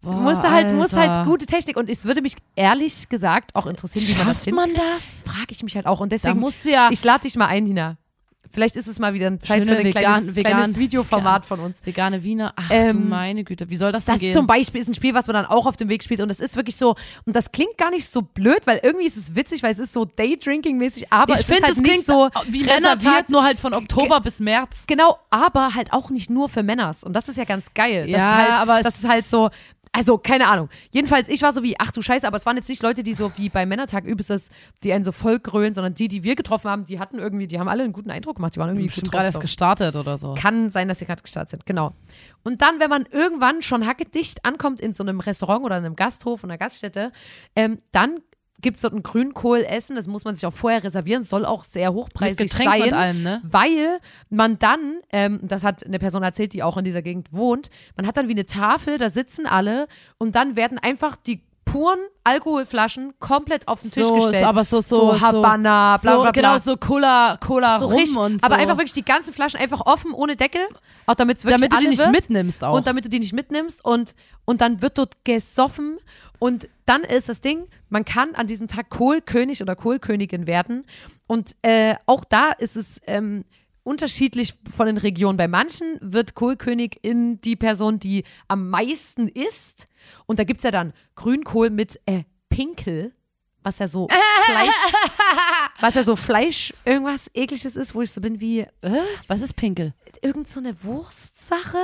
[SPEAKER 2] Boah,
[SPEAKER 1] Muss halt, muss
[SPEAKER 2] Alter.
[SPEAKER 1] halt gute Technik und es würde mich ehrlich gesagt auch interessieren, wie man das
[SPEAKER 2] Schafft
[SPEAKER 1] findet.
[SPEAKER 2] man das?
[SPEAKER 1] Frage ich mich halt auch und
[SPEAKER 2] Da
[SPEAKER 1] deswegen,
[SPEAKER 2] musst du ja
[SPEAKER 1] ich lade dich mal ein, Hina. Vielleicht ist es mal wieder ein Zeit
[SPEAKER 2] Schöne
[SPEAKER 1] für ein
[SPEAKER 2] vegan-
[SPEAKER 1] kleines,
[SPEAKER 2] vegan-
[SPEAKER 1] kleines Videoformat von uns.
[SPEAKER 2] vegane Wiener. Ach du
[SPEAKER 1] Ähm,
[SPEAKER 2] meine Güte, wie soll das denn
[SPEAKER 1] Das
[SPEAKER 2] gehen?
[SPEAKER 1] zum Beispiel ist ein Spiel, was man dann auch auf dem Weg spielt. Und das ist wirklich so, und das klingt gar nicht so blöd, weil irgendwie ist es witzig, weil es ist so Daydrinking-mäßig, aber es
[SPEAKER 2] ich
[SPEAKER 1] ist
[SPEAKER 2] finde,
[SPEAKER 1] halt
[SPEAKER 2] das klingt
[SPEAKER 1] nicht so
[SPEAKER 2] so wie
[SPEAKER 1] reserviert.
[SPEAKER 2] reserviert, nur halt von Oktober bis März.
[SPEAKER 1] Genau, aber halt auch nicht nur für Männers. Und das ist ja ganz geil. Das
[SPEAKER 2] Ja,
[SPEAKER 1] ist halt,
[SPEAKER 2] aber es-
[SPEAKER 1] das ist halt so. Also, keine Ahnung. Jedenfalls, ich war so wie, ach du Scheiße, aber es waren jetzt nicht Leute, die so wie bei Männertag übelstes, die einen so voll grölen, sondern die, die wir getroffen haben, die hatten irgendwie, die haben alle einen guten Eindruck gemacht, die waren irgendwie
[SPEAKER 2] Ich
[SPEAKER 1] gut
[SPEAKER 2] bin
[SPEAKER 1] drauf.
[SPEAKER 2] gerade erst
[SPEAKER 1] so.
[SPEAKER 2] gestartet oder so.
[SPEAKER 1] Kann sein, dass sie gerade gestartet sind, genau. Und dann, wenn man irgendwann schon hackedicht ankommt in so einem Restaurant oder einem Gasthof oder einer Gaststätte, ähm, dann gibt es dort ein Grünkohlessen, das muss man sich auch vorher reservieren, soll auch sehr hochpreisig
[SPEAKER 2] Mit Getränk
[SPEAKER 1] sein
[SPEAKER 2] und allem, ne?
[SPEAKER 1] weil man dann, ähm, das hat eine Person erzählt, die auch in dieser Gegend wohnt, man hat dann wie eine Tafel, da sitzen alle und dann werden einfach die puren Alkoholflaschen komplett auf den Tisch
[SPEAKER 2] So,
[SPEAKER 1] gestellt.
[SPEAKER 2] ist aber so- so- so-
[SPEAKER 1] Habana, bla
[SPEAKER 2] So,
[SPEAKER 1] bla bla.
[SPEAKER 2] genau, so Cola, Cola
[SPEAKER 1] So
[SPEAKER 2] rum
[SPEAKER 1] richtig,
[SPEAKER 2] und so.
[SPEAKER 1] Aber einfach wirklich die ganzen Flaschen einfach offen, ohne Deckel, auch damit es wirklich
[SPEAKER 2] damit du
[SPEAKER 1] alle
[SPEAKER 2] die nicht
[SPEAKER 1] wird.
[SPEAKER 2] mitnimmst auch.
[SPEAKER 1] Und damit du die nicht mitnimmst und, und dann wird dort gesoffen und dann ist das Ding, man kann an diesem Tag Kohlkönig oder Kohlkönigin werden und äh, auch da ist es ähm, unterschiedlich von den Regionen. Bei manchen wird Kohlkönig in die Person, die am meisten isst und da gibt's ja dann Grünkohl mit äh, Pinkel, was ja so Fleisch, was ja so Fleisch irgendwas ekliges ist, wo ich so bin wie,
[SPEAKER 2] Äh, was ist Pinkel?
[SPEAKER 1] irgend so eine Wurstsache.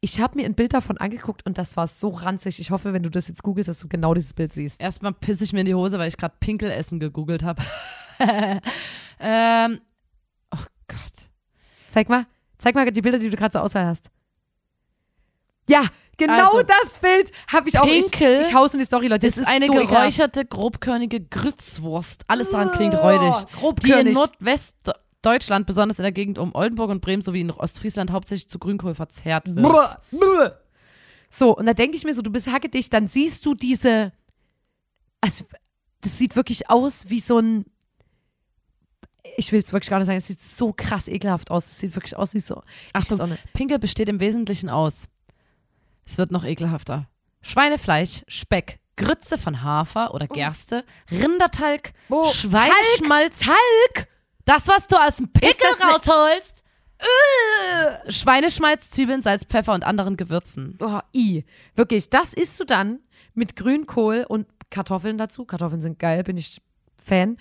[SPEAKER 1] Ich habe mir ein Bild davon angeguckt und das war so ranzig. Ich hoffe, wenn du das jetzt googelst, dass du genau dieses Bild siehst.
[SPEAKER 2] Erstmal pisse ich mir in die Hose, weil ich gerade Pinkelessen gegoogelt habe. ähm, oh Gott.
[SPEAKER 1] Zeig mal, zeig mal die Bilder, die du gerade zur Auswahl hast. Ja, genau
[SPEAKER 2] Also,
[SPEAKER 1] das Bild habe ich auch.
[SPEAKER 2] Pinkel
[SPEAKER 1] ich, ich hau's in die Story, Leute.
[SPEAKER 2] Das
[SPEAKER 1] Es
[SPEAKER 2] ist eine
[SPEAKER 1] so ekelhaft.
[SPEAKER 2] geräucherte, grobkörnige Grützwurst. Alles daran klingt räudig. Die in
[SPEAKER 1] Ah, grobkörnig.
[SPEAKER 2] Nordwestdeutschland, besonders in der Gegend um Oldenburg und Bremen sowie in Ostfriesland, hauptsächlich zu Grünkohl verzehrt wird.
[SPEAKER 1] Brr, brr. So, und da denke ich mir so, du bist hackedicht, dann siehst du diese. Also, das sieht wirklich aus wie so ein. Ich will es wirklich gar nicht sagen, es sieht so krass ekelhaft aus. Es sieht wirklich aus wie so. Ich weiß auch
[SPEAKER 2] Achtung,
[SPEAKER 1] nicht.
[SPEAKER 2] Pinkel besteht im Wesentlichen aus. Es wird noch ekelhafter. Schweinefleisch, Speck, Grütze von Hafer oder Gerste, Rindertalg,
[SPEAKER 1] Oh,
[SPEAKER 2] Schweineschmalz.
[SPEAKER 1] Talg,
[SPEAKER 2] Das, was du aus dem Pickel
[SPEAKER 1] das Äh. ne-
[SPEAKER 2] rausholst. Schweineschmalz, Zwiebeln, Salz, Pfeffer und anderen Gewürzen.
[SPEAKER 1] Oh, i. Wirklich, das isst du dann mit Grünkohl und Kartoffeln dazu. Kartoffeln sind geil, bin ich Fan.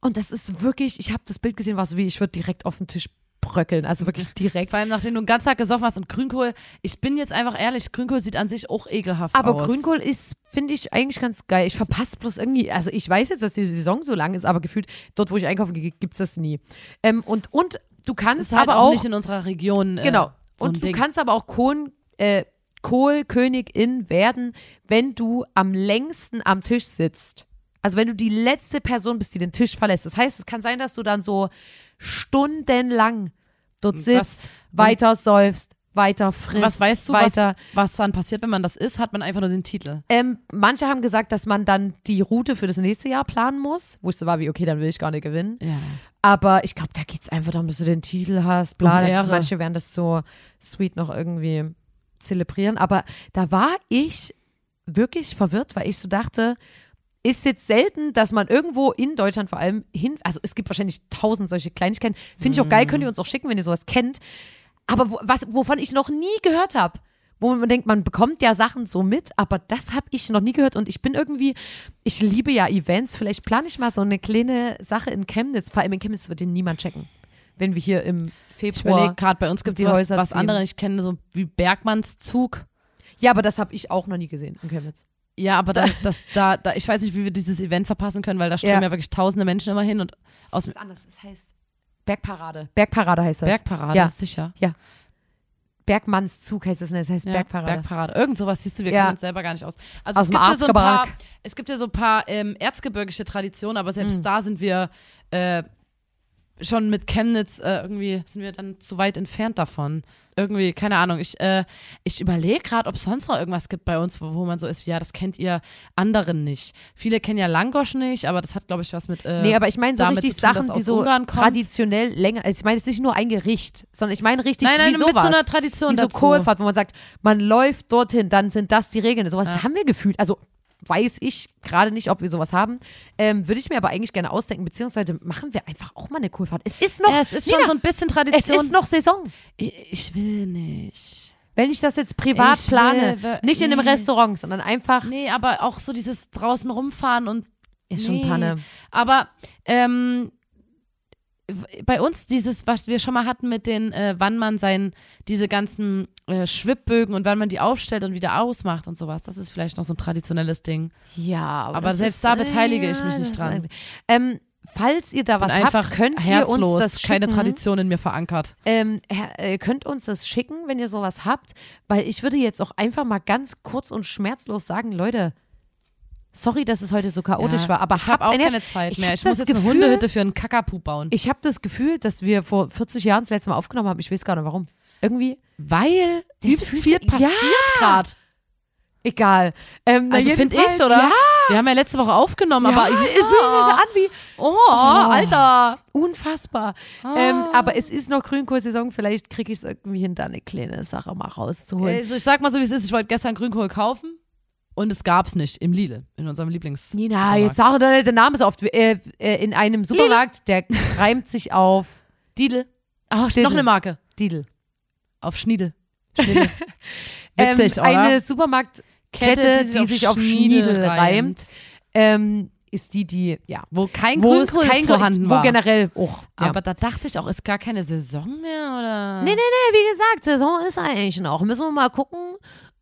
[SPEAKER 1] Und das ist wirklich, ich habe das Bild gesehen, war so wie, ich würde direkt auf den Tisch bröckeln. Also wirklich direkt.
[SPEAKER 2] Vor allem, nachdem du den ganzen Tag gesoffen hast und Grünkohl, ich bin jetzt einfach ehrlich, Grünkohl sieht an sich auch ekelhaft
[SPEAKER 1] Aber
[SPEAKER 2] aus.
[SPEAKER 1] Grünkohl ist, finde ich, eigentlich ganz geil. Ich verpasse bloß irgendwie, also ich weiß jetzt, dass die Saison so lang ist, aber gefühlt dort, wo ich einkaufen gehe, gibt es das nie. Ähm, und, und du kannst
[SPEAKER 2] ist halt
[SPEAKER 1] aber
[SPEAKER 2] auch,
[SPEAKER 1] auch,
[SPEAKER 2] nicht in unserer Region. Äh,
[SPEAKER 1] genau,
[SPEAKER 2] so ein
[SPEAKER 1] und du
[SPEAKER 2] Ding.
[SPEAKER 1] kannst aber auch Kohn, äh, Kohlkönigin werden, wenn du am längsten am Tisch sitzt. Also wenn du die letzte Person bist, die den Tisch verlässt. Das heißt, es kann sein, dass du dann so stundenlang dort sitzt, weiter säufst, weiter frisst,
[SPEAKER 2] was weißt du,
[SPEAKER 1] weiter.
[SPEAKER 2] was, was dann passiert, wenn man das isst, hat man einfach nur den Titel.
[SPEAKER 1] Ähm, manche haben gesagt, dass man dann die Route für das nächste Jahr planen muss. Wusste war wie, okay, dann will ich gar nicht gewinnen.
[SPEAKER 2] Ja.
[SPEAKER 1] Aber ich glaube, da geht es einfach darum, dass du den Titel hast, bla.
[SPEAKER 2] Um
[SPEAKER 1] dann-
[SPEAKER 2] Ehre.
[SPEAKER 1] manche werden das so sweet noch irgendwie zelebrieren. Aber da war ich wirklich verwirrt, weil ich so dachte, ist jetzt selten, dass man irgendwo in Deutschland vor allem hin, also es gibt wahrscheinlich tausend solche Kleinigkeiten. Finde ich auch geil,
[SPEAKER 2] Mhm.
[SPEAKER 1] könnt ihr uns auch schicken, wenn ihr sowas kennt. Aber wo, was, wovon ich noch nie gehört habe, wo man denkt, man bekommt ja Sachen so mit, aber das habe ich noch nie gehört und ich bin irgendwie, ich liebe ja Events, vielleicht plane ich mal so eine kleine Sache in Chemnitz, vor allem in Chemnitz wird den niemand checken, wenn wir hier im
[SPEAKER 2] Ich
[SPEAKER 1] Februar.
[SPEAKER 2] überlege gerade, bei uns gibt
[SPEAKER 1] die
[SPEAKER 2] es was,
[SPEAKER 1] Häuser
[SPEAKER 2] was
[SPEAKER 1] ziehen.
[SPEAKER 2] anderes. Ich kenne so wie Bergmanns Zug.
[SPEAKER 1] Ja, aber das habe ich auch noch nie gesehen in Chemnitz.
[SPEAKER 2] Ja, aber da, das, da, da, ich weiß nicht, wie wir dieses Event verpassen können, weil da strömen ja,
[SPEAKER 1] Ja.
[SPEAKER 2] wirklich tausende Menschen immer hin und aus
[SPEAKER 1] Das ist anders, das heißt Bergparade. Bergparade heißt das.
[SPEAKER 2] Bergparade,
[SPEAKER 1] Ja.
[SPEAKER 2] sicher.
[SPEAKER 1] Bergmannszug heißt es, ne? das heißt
[SPEAKER 2] Ja,
[SPEAKER 1] Bergparade.
[SPEAKER 2] Bergparade. Irgend sowas siehst du, wir
[SPEAKER 1] Ja.
[SPEAKER 2] kennen uns selber gar nicht aus. Also
[SPEAKER 1] Aus
[SPEAKER 2] es
[SPEAKER 1] dem
[SPEAKER 2] gibt ja so ein paar,
[SPEAKER 1] Arztgebark.
[SPEAKER 2] es gibt ja so ein paar ähm, erzgebirgische Traditionen, aber
[SPEAKER 1] Mhm.
[SPEAKER 2] selbst da sind wir äh, schon mit Chemnitz äh, irgendwie sind wir dann zu weit entfernt davon. Irgendwie, keine Ahnung. Ich, äh, ich überlege gerade, ob es sonst noch irgendwas gibt bei uns, wo, wo man so ist, ja, das kennt ihr anderen nicht. Viele kennen ja Langosch nicht, aber das hat, glaube ich, was mit. Äh,
[SPEAKER 1] Nee, aber ich meine so
[SPEAKER 2] damit
[SPEAKER 1] richtig
[SPEAKER 2] zu tun, dass
[SPEAKER 1] Sachen,
[SPEAKER 2] es
[SPEAKER 1] die
[SPEAKER 2] aus
[SPEAKER 1] so
[SPEAKER 2] Ungarn kommt.
[SPEAKER 1] traditionell länger, also ich meine jetzt nicht nur ein Gericht, sondern ich meine richtig
[SPEAKER 2] nein, nein,
[SPEAKER 1] wie
[SPEAKER 2] mit
[SPEAKER 1] sowas.
[SPEAKER 2] so einer Tradition
[SPEAKER 1] wie so
[SPEAKER 2] dazu.
[SPEAKER 1] Kohlfahrt, wo man sagt, man läuft dorthin, dann sind das die Regeln. Sowas haben wir gefühlt. Also weiß ich gerade nicht, ob wir sowas haben. Ähm, Würde ich mir aber eigentlich gerne ausdenken, beziehungsweise machen wir einfach auch mal eine Kohlfahrt. Es ist noch,
[SPEAKER 2] ja, es ist schon
[SPEAKER 1] Nina,
[SPEAKER 2] so ein bisschen
[SPEAKER 1] es
[SPEAKER 2] Tradition.
[SPEAKER 1] ist noch Saison.
[SPEAKER 2] ich, ich will nicht.
[SPEAKER 1] Wenn ich das jetzt privat
[SPEAKER 2] Ich will-
[SPEAKER 1] plane, nicht in einem
[SPEAKER 2] nee.
[SPEAKER 1] Restaurant, sondern einfach
[SPEAKER 2] Nee, aber auch so dieses draußen rumfahren und.
[SPEAKER 1] ist
[SPEAKER 2] nee.
[SPEAKER 1] schon Panne.
[SPEAKER 2] Aber ähm, w- bei uns dieses, was wir schon mal hatten mit den, äh, wann man sein, diese ganzen äh, Schwibbögen und wann man die aufstellt und wieder ausmacht und sowas, das ist vielleicht noch so ein traditionelles Ding.
[SPEAKER 1] Ja, aber,
[SPEAKER 2] Aber
[SPEAKER 1] das
[SPEAKER 2] selbst
[SPEAKER 1] ist,
[SPEAKER 2] da beteilige
[SPEAKER 1] ja,
[SPEAKER 2] ich mich nicht
[SPEAKER 1] das ist
[SPEAKER 2] dran.
[SPEAKER 1] eigentlich- Ähm, falls ihr da was
[SPEAKER 2] Bin einfach
[SPEAKER 1] habt, könnt ihr
[SPEAKER 2] herzlos,
[SPEAKER 1] uns das
[SPEAKER 2] keine
[SPEAKER 1] schicken.
[SPEAKER 2] Tradition in mir verankert.
[SPEAKER 1] Ähm, Herr- äh, könnt uns das schicken, wenn ihr sowas habt, weil ich würde jetzt auch einfach mal ganz kurz und schmerzlos sagen, Leute, sorry, dass es heute so chaotisch
[SPEAKER 2] Ja,
[SPEAKER 1] war, aber
[SPEAKER 2] ich habe
[SPEAKER 1] habt
[SPEAKER 2] auch
[SPEAKER 1] ein
[SPEAKER 2] keine
[SPEAKER 1] Herz.
[SPEAKER 2] Zeit
[SPEAKER 1] Ich
[SPEAKER 2] mehr.
[SPEAKER 1] hab
[SPEAKER 2] Ich muss
[SPEAKER 1] das
[SPEAKER 2] jetzt eine
[SPEAKER 1] Gefühl-
[SPEAKER 2] Hundehütte für einen Kakapu bauen.
[SPEAKER 1] Ich habe das Gefühl, dass wir vor 40 Jahren das letzte Mal aufgenommen haben. Ich weiß gar nicht warum. Irgendwie
[SPEAKER 2] Weil
[SPEAKER 1] Das
[SPEAKER 2] übelst
[SPEAKER 1] fühlt
[SPEAKER 2] viel
[SPEAKER 1] sich-
[SPEAKER 2] passiert gerade.
[SPEAKER 1] egal. Ähm, na,
[SPEAKER 2] Also finde ich,
[SPEAKER 1] jedenfalls-
[SPEAKER 2] oder?
[SPEAKER 1] Ja,
[SPEAKER 2] Wir haben ja letzte Woche aufgenommen,
[SPEAKER 1] aber
[SPEAKER 2] aber
[SPEAKER 1] ja, es fühlt sich so an wie
[SPEAKER 2] Oh, Alter. Ah.
[SPEAKER 1] unfassbar. Ähm, aber es ist noch Grünkohlsaison. Vielleicht kriege ich es irgendwie hin, da eine kleine Sache mal rauszuholen.
[SPEAKER 2] Also ich sag mal so, wie es ist. Ich wollte gestern Grünkohl kaufen und es gab's nicht im Lidl, in unserem Lieblings.
[SPEAKER 1] Nina, jetzt
[SPEAKER 2] Supermarkt.
[SPEAKER 1] sag doch nicht den Namen so oft. Äh, äh, in einem Supermarkt, der reimt sich auf
[SPEAKER 2] Didel. Ach,
[SPEAKER 1] Didel.
[SPEAKER 2] noch eine Marke.
[SPEAKER 1] Didel.
[SPEAKER 2] Auf Schniedel. Schniedel. Witzig,
[SPEAKER 1] ähm,
[SPEAKER 2] oder?
[SPEAKER 1] Eine Supermarktkette, die, sich auf Schniedel reimt, ähm, ist die, die, ja.
[SPEAKER 2] Wo kein
[SPEAKER 1] Wo es
[SPEAKER 2] Grünkohl
[SPEAKER 1] kein
[SPEAKER 2] vorhanden
[SPEAKER 1] wo
[SPEAKER 2] war.
[SPEAKER 1] generell auch.
[SPEAKER 2] Aber da dachte ich auch, ist gar keine Saison mehr, oder?
[SPEAKER 1] Nee, nee, nee, wie gesagt, Saison ist eigentlich noch. Müssen wir mal gucken.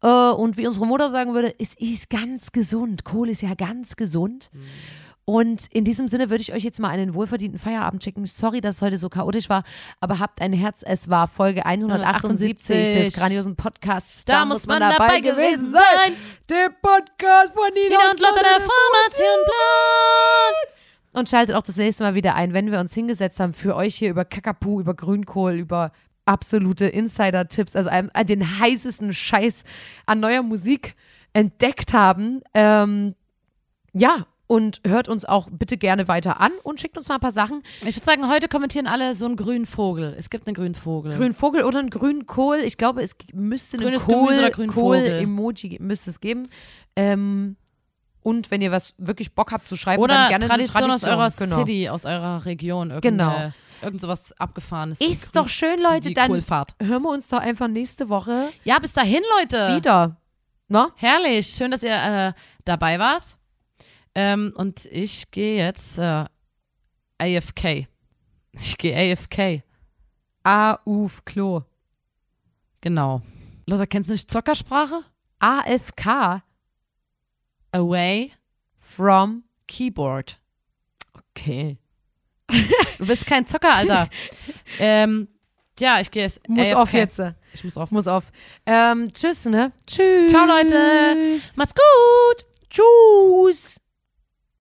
[SPEAKER 1] Äh, und wie unsere Mutter sagen würde, es ist ganz gesund. Kohl ist ja ganz gesund.
[SPEAKER 2] Mhm.
[SPEAKER 1] Und in diesem Sinne würde ich euch jetzt mal einen wohlverdienten Feierabend schicken. Sorry, dass es heute so chaotisch war, aber habt ein Herz. Es war Folge 178 des grandiosen Podcasts.
[SPEAKER 2] Da, muss man dabei gewesen sein.
[SPEAKER 1] Der Podcast von Nina,
[SPEAKER 2] Wieder und Lotte der Formation Plan.
[SPEAKER 1] Und schaltet auch das nächste Mal wieder ein, wenn wir uns hingesetzt haben für euch hier über Kakapu, über Grünkohl, über absolute Insider-Tipps, also einem, äh, den heißesten Scheiß an neuer Musik entdeckt haben. Ähm, ja, und hört uns auch bitte gerne weiter an und schickt uns mal ein paar Sachen.
[SPEAKER 2] Ich würde sagen, heute kommentieren alle so einen grünen Vogel. Es gibt einen grünen Vogel.
[SPEAKER 1] Grünen Vogel oder einen grünen Kohl. Ich glaube, es g- müsste einen
[SPEAKER 2] Grünes Gemüse oder
[SPEAKER 1] Kohl-
[SPEAKER 2] grünen Vogel.
[SPEAKER 1] Kohl-Emoji ge- müsste es geben. Ähm, und wenn ihr was wirklich Bock habt zu schreiben,
[SPEAKER 2] Oder
[SPEAKER 1] dann gerne
[SPEAKER 2] Tradition,
[SPEAKER 1] eine
[SPEAKER 2] aus eurer
[SPEAKER 1] Tradition. genau.
[SPEAKER 2] City, aus eurer Region. Irgende,
[SPEAKER 1] Genau.
[SPEAKER 2] Irgend sowas Abgefahrenes.
[SPEAKER 1] Ist doch schön, Leute.
[SPEAKER 2] Die
[SPEAKER 1] Dann
[SPEAKER 2] Kohlfahrt.
[SPEAKER 1] hören wir uns doch einfach nächste Woche
[SPEAKER 2] Ja, bis dahin, Leute.
[SPEAKER 1] wieder. Na?
[SPEAKER 2] Herrlich. Schön, dass ihr äh, dabei wart. Ähm, und ich gehe jetzt äh, AFK. Ich gehe AFK.
[SPEAKER 1] AUF Klo.
[SPEAKER 2] Genau. Lotta, kennst du nicht Zockersprache?
[SPEAKER 1] AFK
[SPEAKER 2] Away
[SPEAKER 1] from.
[SPEAKER 2] Keyboard.
[SPEAKER 1] Okay.
[SPEAKER 2] Du bist kein Zocker, Alter. ähm, ja, ich gehe jetzt.
[SPEAKER 1] Muss
[SPEAKER 2] AFK.
[SPEAKER 1] auf jetzt.
[SPEAKER 2] Ich muss auf.
[SPEAKER 1] Muss auf. Ähm, tschüss, ne? Tschüss.
[SPEAKER 2] Ciao, Leute. Macht's gut.
[SPEAKER 1] Tschüss.